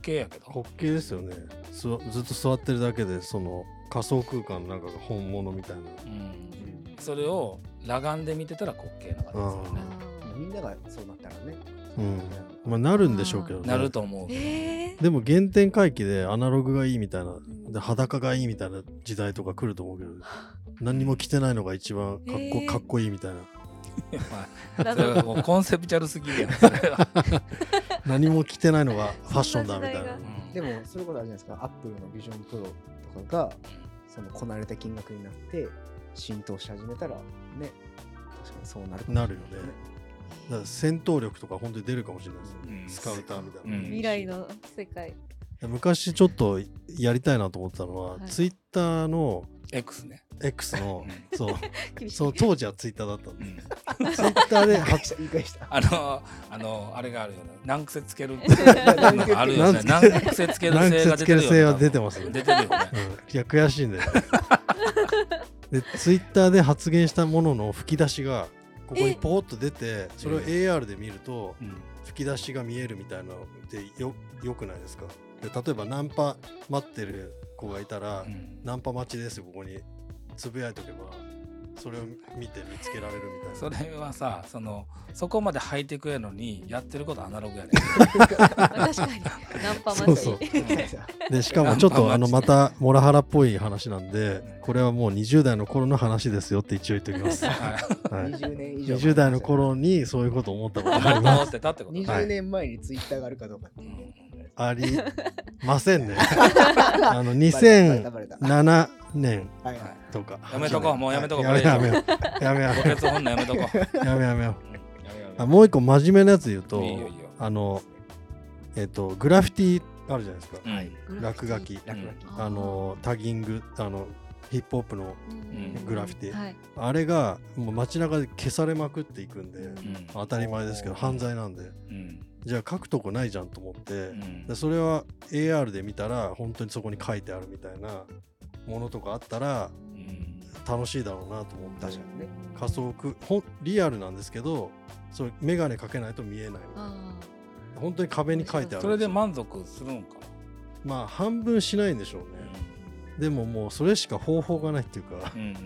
[SPEAKER 1] 稽やけど
[SPEAKER 5] 滑稽ですよねすずっと座ってるだけでその仮想空間の中が本物みたいな
[SPEAKER 1] うん、それを裸眼で見てたら滑稽な感じですよね。
[SPEAKER 3] みんながそうなったらね。
[SPEAKER 5] うんまあなるんでしょうけどね
[SPEAKER 1] なると思うけど、
[SPEAKER 2] えー
[SPEAKER 5] でも原点回帰でアナログがいいみたいなで裸がいいみたいな時代とか来ると思うけど何にも着てないのが一番かっこ,、
[SPEAKER 2] えー
[SPEAKER 5] かっこいいみたいな
[SPEAKER 1] まあ、それ
[SPEAKER 2] 謎
[SPEAKER 1] はもうコンセプチャルすぎるやんそれは
[SPEAKER 5] 何も着てないのがファッションだみたい
[SPEAKER 2] そんな
[SPEAKER 5] な
[SPEAKER 2] 時代
[SPEAKER 1] うん
[SPEAKER 3] でもそれこそあれじゃないですかアップルのビジョンプロとかがそのこなれた金額になって浸透し始めたらね確かにそうなるかも
[SPEAKER 5] なるよねだから戦闘力とか本当に出るかもしれないですよ、
[SPEAKER 1] うん
[SPEAKER 5] スカウターみたいな、
[SPEAKER 1] うん
[SPEAKER 2] 未来の世界
[SPEAKER 5] 昔ちょっとやりたいなと思ってたのは、
[SPEAKER 2] はい
[SPEAKER 5] ツイッターの
[SPEAKER 1] X ね、
[SPEAKER 5] X のそう
[SPEAKER 2] 厳しい
[SPEAKER 5] その当時はツイッターだったん
[SPEAKER 1] う
[SPEAKER 5] で
[SPEAKER 1] ん
[SPEAKER 5] ツイッターで
[SPEAKER 3] 言い返した言い返した
[SPEAKER 1] あのあのあれがあるよね何癖つけるっていう の があるよね
[SPEAKER 5] 何癖
[SPEAKER 1] 何癖つける
[SPEAKER 5] 何
[SPEAKER 1] 性
[SPEAKER 5] 癖
[SPEAKER 1] が
[SPEAKER 5] つ
[SPEAKER 1] 出
[SPEAKER 5] け
[SPEAKER 1] て
[SPEAKER 5] る
[SPEAKER 1] るよね
[SPEAKER 5] 性は出てますね
[SPEAKER 1] 出てるよね
[SPEAKER 5] うんいや悔しいんだ よでツイッターで発言したものの吹き出しがここにポーッと出てそれを AR で見ると
[SPEAKER 1] うん
[SPEAKER 5] 吹き出しが見えるみたいなのってよよくないですかで例えばナンパ待ってる子がいたら、
[SPEAKER 1] うん
[SPEAKER 5] ナンパ待ちですよここにつぶやいとけばそれを見て見つけられるみたいな
[SPEAKER 1] それはさそのそこまでハイテクやのにやってることはアナログやね
[SPEAKER 2] まあ確かにナンパ
[SPEAKER 5] そ
[SPEAKER 2] 祭
[SPEAKER 5] うそう
[SPEAKER 2] り
[SPEAKER 3] 言い返した
[SPEAKER 5] でしかもちょっと
[SPEAKER 1] ナ
[SPEAKER 5] あ
[SPEAKER 1] ンパ
[SPEAKER 5] の
[SPEAKER 1] 待
[SPEAKER 5] ま
[SPEAKER 1] ち
[SPEAKER 5] たモラハラっぽい話なんで
[SPEAKER 1] うん
[SPEAKER 5] これはもう20代の頃の話ですよって一応言っておき ます、は
[SPEAKER 1] はい
[SPEAKER 5] い、
[SPEAKER 3] 20年以上前
[SPEAKER 5] 20代の頃にそういうこと思ったことありま
[SPEAKER 1] 思
[SPEAKER 5] す
[SPEAKER 1] ってたってことね
[SPEAKER 5] はい
[SPEAKER 3] 20年前にツイッターがあるかどうかっていうね
[SPEAKER 5] ありま せんねあの
[SPEAKER 3] バレた
[SPEAKER 5] 2007
[SPEAKER 3] バレた
[SPEAKER 5] 年
[SPEAKER 3] はいはい
[SPEAKER 5] とか
[SPEAKER 1] やめとこうもうやめとこう
[SPEAKER 5] はいやめようやめよ
[SPEAKER 1] 補欠本のやめとこう
[SPEAKER 5] うやめようやめようやめよう
[SPEAKER 1] うんやめようやめよ
[SPEAKER 5] あ
[SPEAKER 1] う
[SPEAKER 5] もう一個真面目なやつ言うと
[SPEAKER 1] いいよいいよ
[SPEAKER 5] あのえっとグラフィティあるじゃないですか
[SPEAKER 1] うん
[SPEAKER 5] 落書き
[SPEAKER 3] 落書き
[SPEAKER 2] あー
[SPEAKER 5] あのタギングあのヒップホップの
[SPEAKER 1] うん
[SPEAKER 5] グラフィティ
[SPEAKER 2] はい
[SPEAKER 5] あれがもう街中で消されまくっていくんで
[SPEAKER 1] うん
[SPEAKER 5] 当たり前ですけど
[SPEAKER 3] おー
[SPEAKER 5] 犯罪なんで
[SPEAKER 1] うん
[SPEAKER 5] じゃあ書くとこないじゃんと思って
[SPEAKER 1] うん
[SPEAKER 5] でそれは AR で見たら本当にそこに書いてあるみたいなものとかあったら
[SPEAKER 1] うん
[SPEAKER 5] 楽しいだろうなと思って
[SPEAKER 3] 確かにね
[SPEAKER 5] 仮想空ほんリアルなんですけどそれ眼鏡かけないと見えない
[SPEAKER 2] あ
[SPEAKER 5] 本当に壁に書いてある
[SPEAKER 1] それで満足するのか
[SPEAKER 5] まあ半分しないんでしょうね
[SPEAKER 1] な
[SPEAKER 5] でももうそれしか方法がないっていうか
[SPEAKER 1] うんうん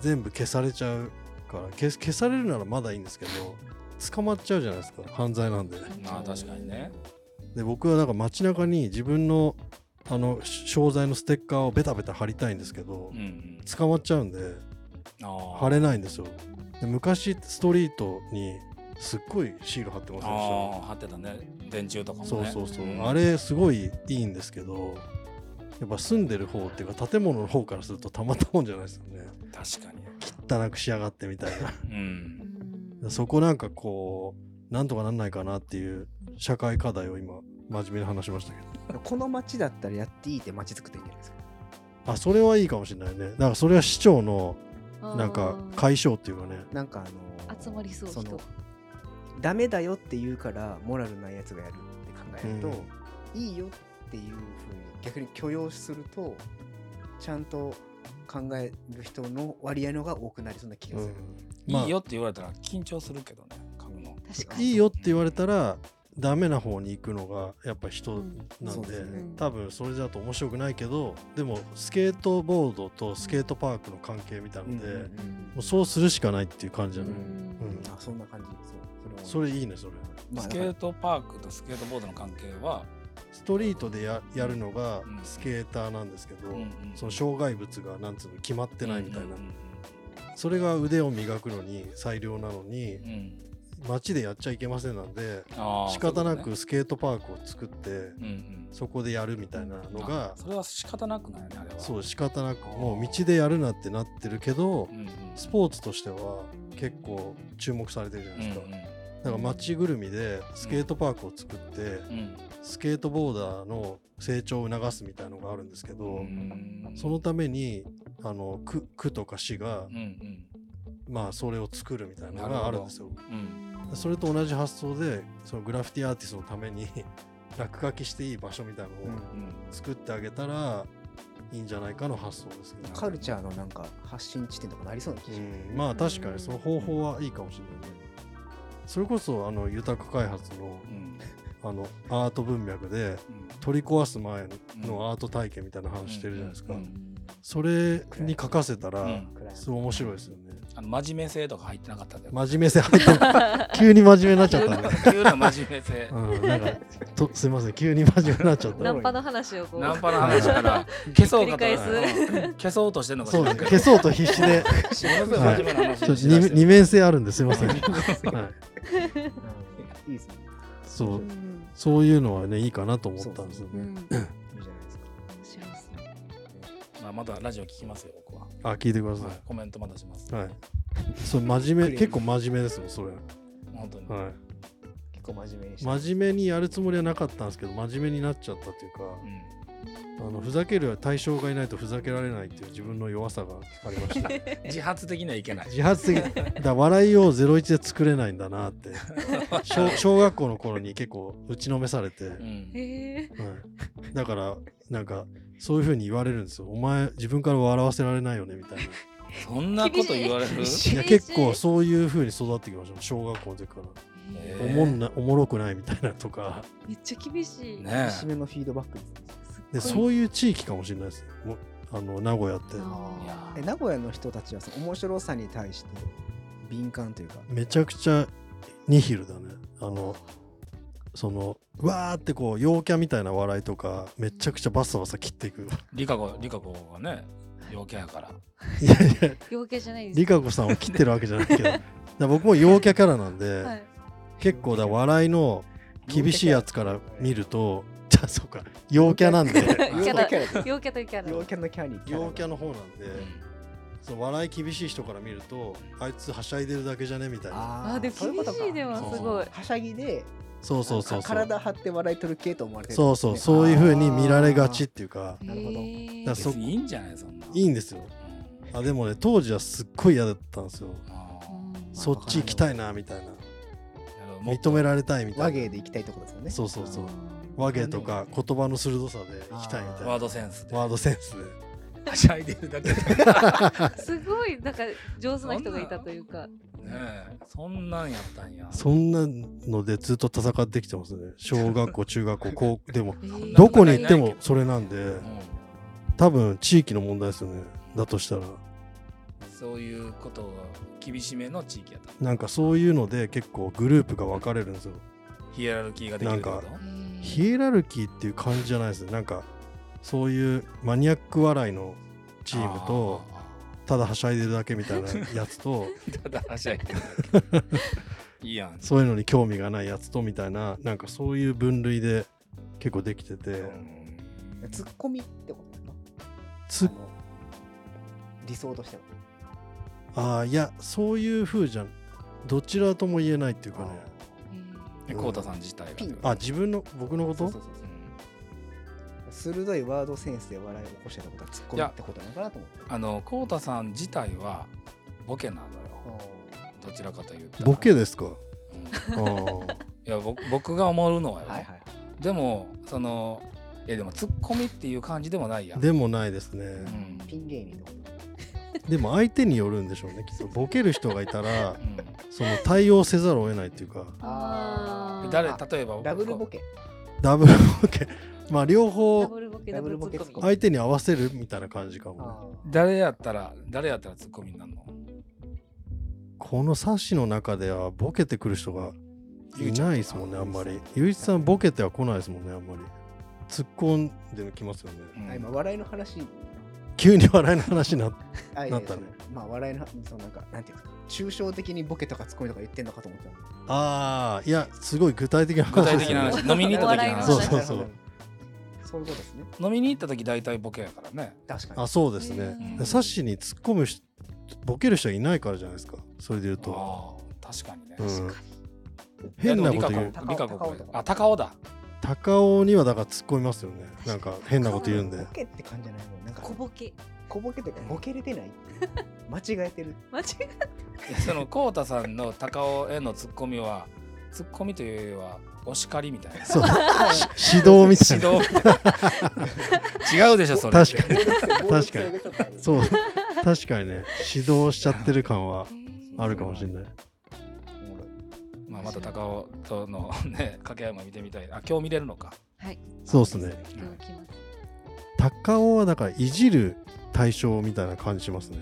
[SPEAKER 5] 全部消されちゃうから消消されるならまだいいんですけど捕まっちゃうじゃないですか犯罪なんで
[SPEAKER 1] うんまあ確かにね
[SPEAKER 5] で僕はなんか街中に自分のあのし商材のステッカーをベタベタ貼りたいんですけど
[SPEAKER 1] うんうん
[SPEAKER 5] 捕まっちゃうんで
[SPEAKER 1] あ
[SPEAKER 5] 貼れないんですよで昔ストリートにすっごいシール貼ってま
[SPEAKER 1] あ
[SPEAKER 5] せんでし
[SPEAKER 1] あ
[SPEAKER 5] た
[SPEAKER 1] あ貼ってたね電柱とかもね
[SPEAKER 5] そうそうそう、
[SPEAKER 1] ん
[SPEAKER 5] あれすごいいいんですけどやっぱ住んでる方っていうか建物の方からするとたまったもんじゃないですよね
[SPEAKER 1] 確か
[SPEAKER 5] 汚くしやがってみたい
[SPEAKER 1] にうん
[SPEAKER 5] なそこなんかこうなんとかなんないかなっていう社会課題を今真面目に話しましたけど
[SPEAKER 3] この街だったらやっていいって街作っていいんじゃないですか
[SPEAKER 5] あそれはいいかもしれないねだからそれは市長のなんか
[SPEAKER 2] か
[SPEAKER 5] 解消っていうかね
[SPEAKER 3] なんかあのー
[SPEAKER 2] 集まりそう人
[SPEAKER 3] のダメだよって言うからモラルないやつがやるって考えると、いいよっていうふうに逆に許容するとちゃんと考える人の割合の方が多くなりそうな気が
[SPEAKER 5] う
[SPEAKER 3] す
[SPEAKER 5] ん
[SPEAKER 3] る、
[SPEAKER 5] まあ
[SPEAKER 1] いいよって言われたら緊張するけどね書くの
[SPEAKER 2] 確か
[SPEAKER 5] い
[SPEAKER 2] に
[SPEAKER 5] いよって言われたらダメな方に行くのがやっぱ人なん
[SPEAKER 3] そう
[SPEAKER 5] で,、
[SPEAKER 3] ですね
[SPEAKER 5] 多分それだと面白くないけどでもスケートボードとスケートパークの関係みたいなので、
[SPEAKER 3] うんうんう
[SPEAKER 5] も
[SPEAKER 3] ん
[SPEAKER 5] うそうするしかないっていう感じじゃない、うん
[SPEAKER 3] あそんな感じそう
[SPEAKER 5] それいいねそれ
[SPEAKER 3] まあ
[SPEAKER 1] ス
[SPEAKER 3] だか
[SPEAKER 1] ケ
[SPEAKER 3] ら
[SPEAKER 1] ートパークとスケートボードの関係は
[SPEAKER 5] ストリートでややるのが
[SPEAKER 1] うん
[SPEAKER 5] スケーターなんですけど、
[SPEAKER 1] うんうん
[SPEAKER 5] その障害物がなんつうの決まってないみたいな、
[SPEAKER 1] うんうん
[SPEAKER 5] それが腕を磨くのに最良なのに
[SPEAKER 1] うんうん
[SPEAKER 5] 街でやっちゃいけませんなんで
[SPEAKER 1] あー
[SPEAKER 5] 仕方な
[SPEAKER 1] そういう
[SPEAKER 5] くスケートパークを作って、
[SPEAKER 1] ことねうん
[SPEAKER 5] そこでやるみたいな
[SPEAKER 1] うん
[SPEAKER 5] のが
[SPEAKER 1] あそれは仕方なくないねあれは
[SPEAKER 5] そう仕方なくもう道でやるなってなってるけど
[SPEAKER 1] うんうん
[SPEAKER 5] スポーツとしては結構注目されてるじゃないですか、
[SPEAKER 1] うんう
[SPEAKER 5] だから街ぐるみでスケートパークを作って、
[SPEAKER 1] んうん
[SPEAKER 5] スケートボーダーの成長を促すみたいのがあるんですけど、
[SPEAKER 1] うん
[SPEAKER 5] そのためにあの区区とか市が、
[SPEAKER 1] うんうん
[SPEAKER 5] まあそれを作るみたいなのがあるんですよ
[SPEAKER 1] うん
[SPEAKER 5] それと同じ発想でそのグラフィティアーティストのために 落書きしていい場所みたいなのを
[SPEAKER 1] うん
[SPEAKER 5] 作ってあげたらいいんじゃないかの発想ですけど、
[SPEAKER 3] カルチャーのなんか発信地点とかなりそうな気がする、
[SPEAKER 5] うんまあ確かにその方法はいいかもしれないねそれこそあの豊か開発の
[SPEAKER 1] うん
[SPEAKER 5] あのアート文脈で取り壊す前のアート体験みたいな
[SPEAKER 1] うん
[SPEAKER 5] 話してるじゃないですか、
[SPEAKER 1] うん
[SPEAKER 5] それに書かせたら、
[SPEAKER 1] うん
[SPEAKER 3] 暗い
[SPEAKER 5] すごい面白いですよね
[SPEAKER 1] あの真面目性とか入ってなかったんで、
[SPEAKER 5] 真面目性入ってる急に真面目になっちゃ ったね。
[SPEAKER 1] 急な急な真面目性
[SPEAKER 5] うん、なんかとすいません急に真面目になっちゃっ
[SPEAKER 2] ナ
[SPEAKER 5] た。
[SPEAKER 2] ンパの話をこう
[SPEAKER 1] ナンパの話から消そうかと
[SPEAKER 2] 繰り返
[SPEAKER 1] うん消 そうとしてんのか
[SPEAKER 5] そ うですね
[SPEAKER 1] も
[SPEAKER 5] 消そうと必死で
[SPEAKER 1] のすごい真面目な
[SPEAKER 5] ち
[SPEAKER 1] 話
[SPEAKER 5] ょっと
[SPEAKER 1] しだ
[SPEAKER 5] 二
[SPEAKER 1] して
[SPEAKER 5] 二面性あるんですいま せん。はい、
[SPEAKER 3] いいですね。
[SPEAKER 5] そううんそういうのはねいいかなと思ったんですよ
[SPEAKER 2] う
[SPEAKER 5] ね。
[SPEAKER 2] ん面
[SPEAKER 3] いいじゃないですか。
[SPEAKER 2] 白いですね
[SPEAKER 1] まあ、またラジオ聞きますよ僕は、
[SPEAKER 5] あ聞いてくださ
[SPEAKER 1] はいコメントまたします、
[SPEAKER 5] い。はい。そう真面目
[SPEAKER 3] クリーム
[SPEAKER 5] 結構真面目ですもんそれ。
[SPEAKER 1] 本当に、
[SPEAKER 5] は
[SPEAKER 3] 結構真面目にして。
[SPEAKER 5] い。真面目にやるつもりはなかったんですけど真面目になっちゃったというか。
[SPEAKER 1] うん
[SPEAKER 5] あのふざけるは対象がいないとふざけられないっていう自分の弱さがあり ました
[SPEAKER 1] 自発的にはいけない
[SPEAKER 5] 自発的だから笑いをゼロイチで作れないんだなって小小学校の頃に結構打ちのめされて、は
[SPEAKER 1] うん
[SPEAKER 2] へえ
[SPEAKER 5] い、だからなんかそういうふうに言われるんですよお前自分から笑わせられないよねみ たいな
[SPEAKER 1] そんなこと言われる
[SPEAKER 2] 厳し
[SPEAKER 5] いや
[SPEAKER 2] 厳し
[SPEAKER 5] 結構そういうふうに育ってきました小学校の時から、
[SPEAKER 1] え
[SPEAKER 5] おもんなおもろくないみたいなとか
[SPEAKER 2] めっちゃ厳しい
[SPEAKER 1] ね
[SPEAKER 3] 締めのフィードバックですね。
[SPEAKER 5] で
[SPEAKER 2] すっ
[SPEAKER 5] そ
[SPEAKER 2] ごいう
[SPEAKER 5] いう地域かもしれないですもうあの名古屋って
[SPEAKER 2] あ
[SPEAKER 1] い
[SPEAKER 3] え
[SPEAKER 2] ー
[SPEAKER 3] 名古屋の人たちはその面白さに対して敏感というか、
[SPEAKER 5] めちゃくちゃニヒルだねあのそのわーってこう陽キャみたいな笑いとかめちゃくちゃバサバサ切って いく
[SPEAKER 1] リカ子リカ子がね陽キャやから
[SPEAKER 5] いやいや
[SPEAKER 2] 陽キャじゃないです
[SPEAKER 5] リカ子さんを切ってるわけじゃな いけどだから僕も陽キャキャラなんで、
[SPEAKER 2] はい
[SPEAKER 5] 結構だ笑いの厳しいやつから見るとじゃあそうか陽キャなん で
[SPEAKER 2] キャラ
[SPEAKER 3] キャラ
[SPEAKER 2] 陽キャというキャラ
[SPEAKER 3] 陽キャのキャリー
[SPEAKER 5] 陽キャ
[SPEAKER 3] の
[SPEAKER 5] の方なんで、
[SPEAKER 1] う
[SPEAKER 5] その笑い厳しい人から見るとあいつはしゃいでるだけじゃねみたいな
[SPEAKER 2] あーでも
[SPEAKER 3] そういうことか
[SPEAKER 2] 厳しいでは
[SPEAKER 5] す
[SPEAKER 2] ごい
[SPEAKER 3] はしゃぎで
[SPEAKER 5] そうそうそう
[SPEAKER 3] か
[SPEAKER 5] そう
[SPEAKER 3] 体張って笑いとる系と思われてる
[SPEAKER 5] そうそうそういうふうに見られがちっ
[SPEAKER 3] あ
[SPEAKER 5] ていうか
[SPEAKER 3] なるほど
[SPEAKER 2] へ
[SPEAKER 1] ん、
[SPEAKER 2] え
[SPEAKER 5] だからそ
[SPEAKER 1] 別にいいんじゃないそんない
[SPEAKER 5] いんですよあでもね当時はすっごい嫌だったんですよ
[SPEAKER 2] うん
[SPEAKER 5] そっち行きたいなみたいな
[SPEAKER 1] もっ
[SPEAKER 5] 認められたいみ
[SPEAKER 3] ー和
[SPEAKER 5] たいな
[SPEAKER 3] 芸で行きたいとこですよね
[SPEAKER 5] そうそうそう
[SPEAKER 3] あ
[SPEAKER 5] 和芸とか言葉の鋭さで行きたいみたい
[SPEAKER 1] と
[SPEAKER 5] な
[SPEAKER 1] ワ
[SPEAKER 5] ワ
[SPEAKER 1] ードセンスで
[SPEAKER 5] ードセンス
[SPEAKER 1] はしゃいでるだけでね
[SPEAKER 2] すごいなんか上手な人がいたというか
[SPEAKER 1] えそんなんやったんや
[SPEAKER 5] そんなのでずっと戦ってきてますね小学 校中学校高校で も
[SPEAKER 2] へー
[SPEAKER 5] どこに行ってもそれなんで
[SPEAKER 1] う
[SPEAKER 5] 多分地域の問題ですよねだとしたら
[SPEAKER 1] んそういうことが厳しめの地域やった
[SPEAKER 5] なんかそういうので結構グループが分かれるんですよ
[SPEAKER 1] ヒエラルキーができるってこと
[SPEAKER 2] へー
[SPEAKER 5] ヒエラルキーっていう感じじゃないですねなんかそういうマニアック笑いのチームと
[SPEAKER 1] あ
[SPEAKER 5] ただはしゃいでるだけみたいなやつと
[SPEAKER 1] ーただはしゃいでるだけいいやん
[SPEAKER 5] そういうのに興味がないやつとみたいななんかそういう分類で結構できてて
[SPEAKER 1] うん
[SPEAKER 3] ツッコミってことですか
[SPEAKER 5] つ
[SPEAKER 3] あの理想としては
[SPEAKER 5] あーいやそういう風じゃんどちらとも言えないっていうかね
[SPEAKER 1] えコウタさん自体がってこと
[SPEAKER 5] あ自分の僕のこ
[SPEAKER 3] そう
[SPEAKER 5] と
[SPEAKER 3] そうそう
[SPEAKER 1] うん
[SPEAKER 3] そう鋭いワードセンスで笑いを起こしてたことはツッコミってことなのかなと思って
[SPEAKER 1] あのコウタさん自体はボケなのよ
[SPEAKER 3] あ
[SPEAKER 1] どちらかというと
[SPEAKER 5] ボケですか
[SPEAKER 1] うん
[SPEAKER 5] あー
[SPEAKER 1] いや僕僕が思うのはよ
[SPEAKER 3] ーはいはい
[SPEAKER 1] でもそのいやでもツッコミっていう感じでもないやん
[SPEAKER 5] でもないですね
[SPEAKER 1] うん
[SPEAKER 3] ピン芸人ってこと
[SPEAKER 5] でも相手によるんでしょうねきっとボケる人がいたら
[SPEAKER 1] うん
[SPEAKER 5] その対応せざるを得ないっていうか
[SPEAKER 3] あー
[SPEAKER 1] 誰
[SPEAKER 3] あ
[SPEAKER 1] 例えば
[SPEAKER 3] ダブルボ
[SPEAKER 1] ケ
[SPEAKER 3] ケ
[SPEAKER 5] ダブルボケまあ両
[SPEAKER 2] ダ
[SPEAKER 5] 方
[SPEAKER 2] ブルボケ
[SPEAKER 3] ダ
[SPEAKER 2] ダ
[SPEAKER 3] ブ
[SPEAKER 2] ブ
[SPEAKER 3] ル
[SPEAKER 2] ル
[SPEAKER 3] ボ
[SPEAKER 2] ボ
[SPEAKER 3] ケ
[SPEAKER 2] ケ
[SPEAKER 3] ツッコミ
[SPEAKER 5] 相手に合わせるみたいな感じかもね
[SPEAKER 1] 誰やったら誰やったらツッコミになるの
[SPEAKER 5] この冊子の中ではボケてくる人がいないですもんねあんまりゆういちさんボケては来ないですもんねあんまり突っ込んできますよね
[SPEAKER 1] うん
[SPEAKER 3] あ今笑いの話
[SPEAKER 5] 急に笑いの話になって
[SPEAKER 3] あい
[SPEAKER 5] な
[SPEAKER 3] や
[SPEAKER 5] っ
[SPEAKER 3] いや
[SPEAKER 5] たね
[SPEAKER 3] そのまあ笑いのそのなんかなんていうんですか抽象的にボケとかツッコミとか言ってんのかと思った
[SPEAKER 5] ああいやすごい具体的な
[SPEAKER 1] 具
[SPEAKER 5] 話
[SPEAKER 1] 体
[SPEAKER 5] です
[SPEAKER 1] 的
[SPEAKER 5] よ
[SPEAKER 1] な
[SPEAKER 5] ね
[SPEAKER 1] 話飲みに行った時の
[SPEAKER 5] そう
[SPEAKER 1] 話
[SPEAKER 5] そうそう
[SPEAKER 3] そういうことですね
[SPEAKER 1] 飲みに行った時大体ボケやからね
[SPEAKER 3] 確かに
[SPEAKER 5] あそうですね
[SPEAKER 1] うん
[SPEAKER 5] で冊子に突っ込む人ボケる人はいないからじゃないですかそれで言うと、
[SPEAKER 1] ああ確かにね、
[SPEAKER 5] う
[SPEAKER 1] い
[SPEAKER 5] ん、
[SPEAKER 1] や
[SPEAKER 5] 変なこと言う
[SPEAKER 1] でもリカ子リカ
[SPEAKER 3] 高尾
[SPEAKER 1] 子あ高尾だ
[SPEAKER 5] 高尾にはだから突っ込みますよねなんか変なこと言うんで
[SPEAKER 3] ボケって感じじゃないもんなんか
[SPEAKER 2] 小ボケ
[SPEAKER 3] 小ボケというかボケれてない 間違えてる
[SPEAKER 2] 間違え
[SPEAKER 1] いやそのコウタさんの高尾へのツッコミはツッコミというよりはお叱りみたいな
[SPEAKER 5] そうし指導みたい
[SPEAKER 1] 指
[SPEAKER 5] な
[SPEAKER 1] 導みたい な違うでしょそれ
[SPEAKER 5] 確かに
[SPEAKER 3] 確
[SPEAKER 5] かに
[SPEAKER 3] に
[SPEAKER 5] そう確かにね指導しちゃってる感はあるかもしれない
[SPEAKER 1] まあ、また高尾とのね掛け合いも見てみたいあ今日見れるのか
[SPEAKER 2] はい
[SPEAKER 5] そうですね
[SPEAKER 2] 聞いておきます
[SPEAKER 5] 高尾はだからいじる対象みたいな感じしますね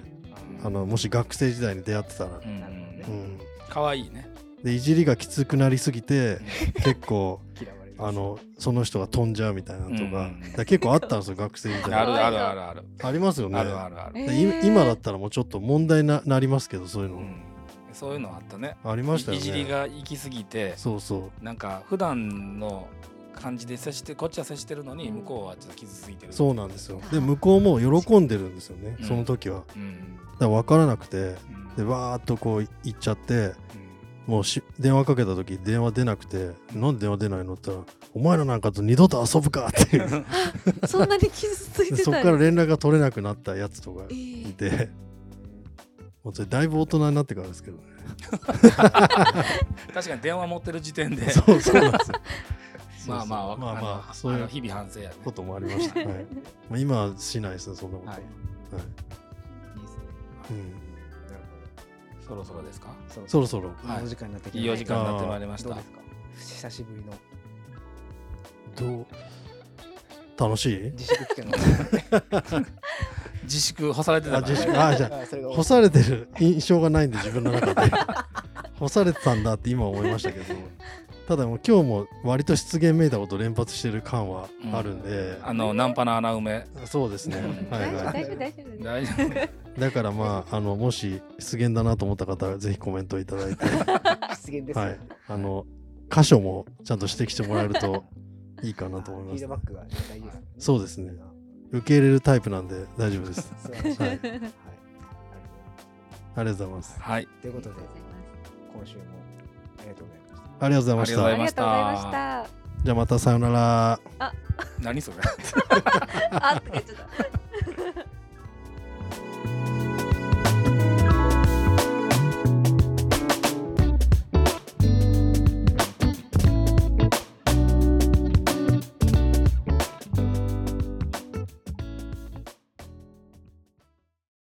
[SPEAKER 1] うん
[SPEAKER 5] あのもし学生時代に出会ってたら、
[SPEAKER 1] うん
[SPEAKER 3] なるほどね
[SPEAKER 5] うん、
[SPEAKER 1] 可愛いね
[SPEAKER 5] でいじりがきつくなりすぎて結構
[SPEAKER 3] 嫌われる
[SPEAKER 5] あのその人が飛んじゃうみたいなのとか,、
[SPEAKER 1] うん
[SPEAKER 5] だから結構あったんですよ学生時
[SPEAKER 1] あ
[SPEAKER 5] 代
[SPEAKER 1] る
[SPEAKER 2] な
[SPEAKER 1] あるあるある
[SPEAKER 5] ありますよね
[SPEAKER 1] あるあるある
[SPEAKER 5] でい
[SPEAKER 2] えー
[SPEAKER 5] 今だったらもうちょっと問題ななりますけどそういう
[SPEAKER 1] う
[SPEAKER 5] の、
[SPEAKER 1] んそういうのあったね
[SPEAKER 5] ありましたよ
[SPEAKER 1] い
[SPEAKER 5] ね
[SPEAKER 1] じりが行き過ぎて
[SPEAKER 5] そうそう
[SPEAKER 1] なんか普段の感じで接してこっちは接してるのに
[SPEAKER 2] うん
[SPEAKER 1] 向こうはちょっと傷ついてる
[SPEAKER 5] そう
[SPEAKER 1] な
[SPEAKER 5] なんですよ
[SPEAKER 2] あー
[SPEAKER 5] で向こうも喜んでるんですよね、
[SPEAKER 1] うん
[SPEAKER 5] その時は
[SPEAKER 1] うん
[SPEAKER 5] だから分からなくて
[SPEAKER 1] うん
[SPEAKER 5] でわーっとこう行っちゃって
[SPEAKER 1] うん
[SPEAKER 5] もうし電話かけた時電話出なくて「なんで電話出ないの?」って言ったら「お前らなんかと二度と遊ぶか」っていう
[SPEAKER 2] そんなに傷つい
[SPEAKER 5] で
[SPEAKER 2] て
[SPEAKER 5] そ
[SPEAKER 2] た
[SPEAKER 5] っ
[SPEAKER 2] んや
[SPEAKER 5] から連絡が取れなくなったやつとか
[SPEAKER 2] えー
[SPEAKER 5] いて本当にだいぶ大人になってからですけどね
[SPEAKER 1] 確かに電話持ってる時点で
[SPEAKER 5] そうそうなんですよ
[SPEAKER 1] まあまあ
[SPEAKER 5] そうそうまあまあ
[SPEAKER 1] そ
[SPEAKER 5] そうう
[SPEAKER 1] い
[SPEAKER 5] いうう
[SPEAKER 1] 日々反省やね
[SPEAKER 5] こともありま した、はいまあ、今はしないですねそんなこと、
[SPEAKER 1] は
[SPEAKER 5] はいい
[SPEAKER 3] いいですね
[SPEAKER 5] うん、
[SPEAKER 3] なる
[SPEAKER 1] そろそろですか
[SPEAKER 3] ほど
[SPEAKER 5] そ
[SPEAKER 3] ろ
[SPEAKER 5] ろそろ
[SPEAKER 1] はい
[SPEAKER 3] いいお時間になってきま
[SPEAKER 1] い
[SPEAKER 3] し
[SPEAKER 1] い
[SPEAKER 3] た
[SPEAKER 1] お時間になってまいりまし
[SPEAKER 3] どう
[SPEAKER 1] た
[SPEAKER 3] ですか久しぶりの
[SPEAKER 5] どう楽しい
[SPEAKER 3] 自粛期間の
[SPEAKER 1] 自粛干されてた
[SPEAKER 5] あ
[SPEAKER 1] から
[SPEAKER 5] 自粛 あじゃあ
[SPEAKER 3] あそれが
[SPEAKER 5] 干されてる印象がないんで自分の中で干されてたんだって今思いましたけどただもう今日も割と失言めいたこと連発してる感はあるんで、
[SPEAKER 1] あのナンパの穴埋め
[SPEAKER 5] そうですねは
[SPEAKER 2] 大丈
[SPEAKER 5] い
[SPEAKER 2] 夫
[SPEAKER 5] は
[SPEAKER 2] 大
[SPEAKER 5] い
[SPEAKER 2] 丈夫大丈夫
[SPEAKER 1] 大丈夫
[SPEAKER 5] だからまああのもし失言だなと思った方はぜひコメントいただ いて
[SPEAKER 3] 失言ですよ
[SPEAKER 5] はいあの箇所もちゃんと指摘してもらえるといいかなと思い
[SPEAKER 3] あフィ
[SPEAKER 5] ま
[SPEAKER 3] ードバ
[SPEAKER 5] す
[SPEAKER 3] ックが大事ですね
[SPEAKER 5] そうですね受け入れるタイプなんで大丈夫です
[SPEAKER 3] 素晴らしい
[SPEAKER 5] はい
[SPEAKER 3] はい
[SPEAKER 5] ありがとうございます
[SPEAKER 1] はい
[SPEAKER 3] ということで
[SPEAKER 2] ありがとうございます
[SPEAKER 3] 今週もありがとうございました
[SPEAKER 5] ありがとうございま
[SPEAKER 1] ありがとうござ
[SPEAKER 5] し
[SPEAKER 1] い
[SPEAKER 5] た
[SPEAKER 1] ました
[SPEAKER 2] ありがとうございまし
[SPEAKER 5] じゃあまたさようなら
[SPEAKER 1] 何それ
[SPEAKER 2] た。あ、つけちゃった。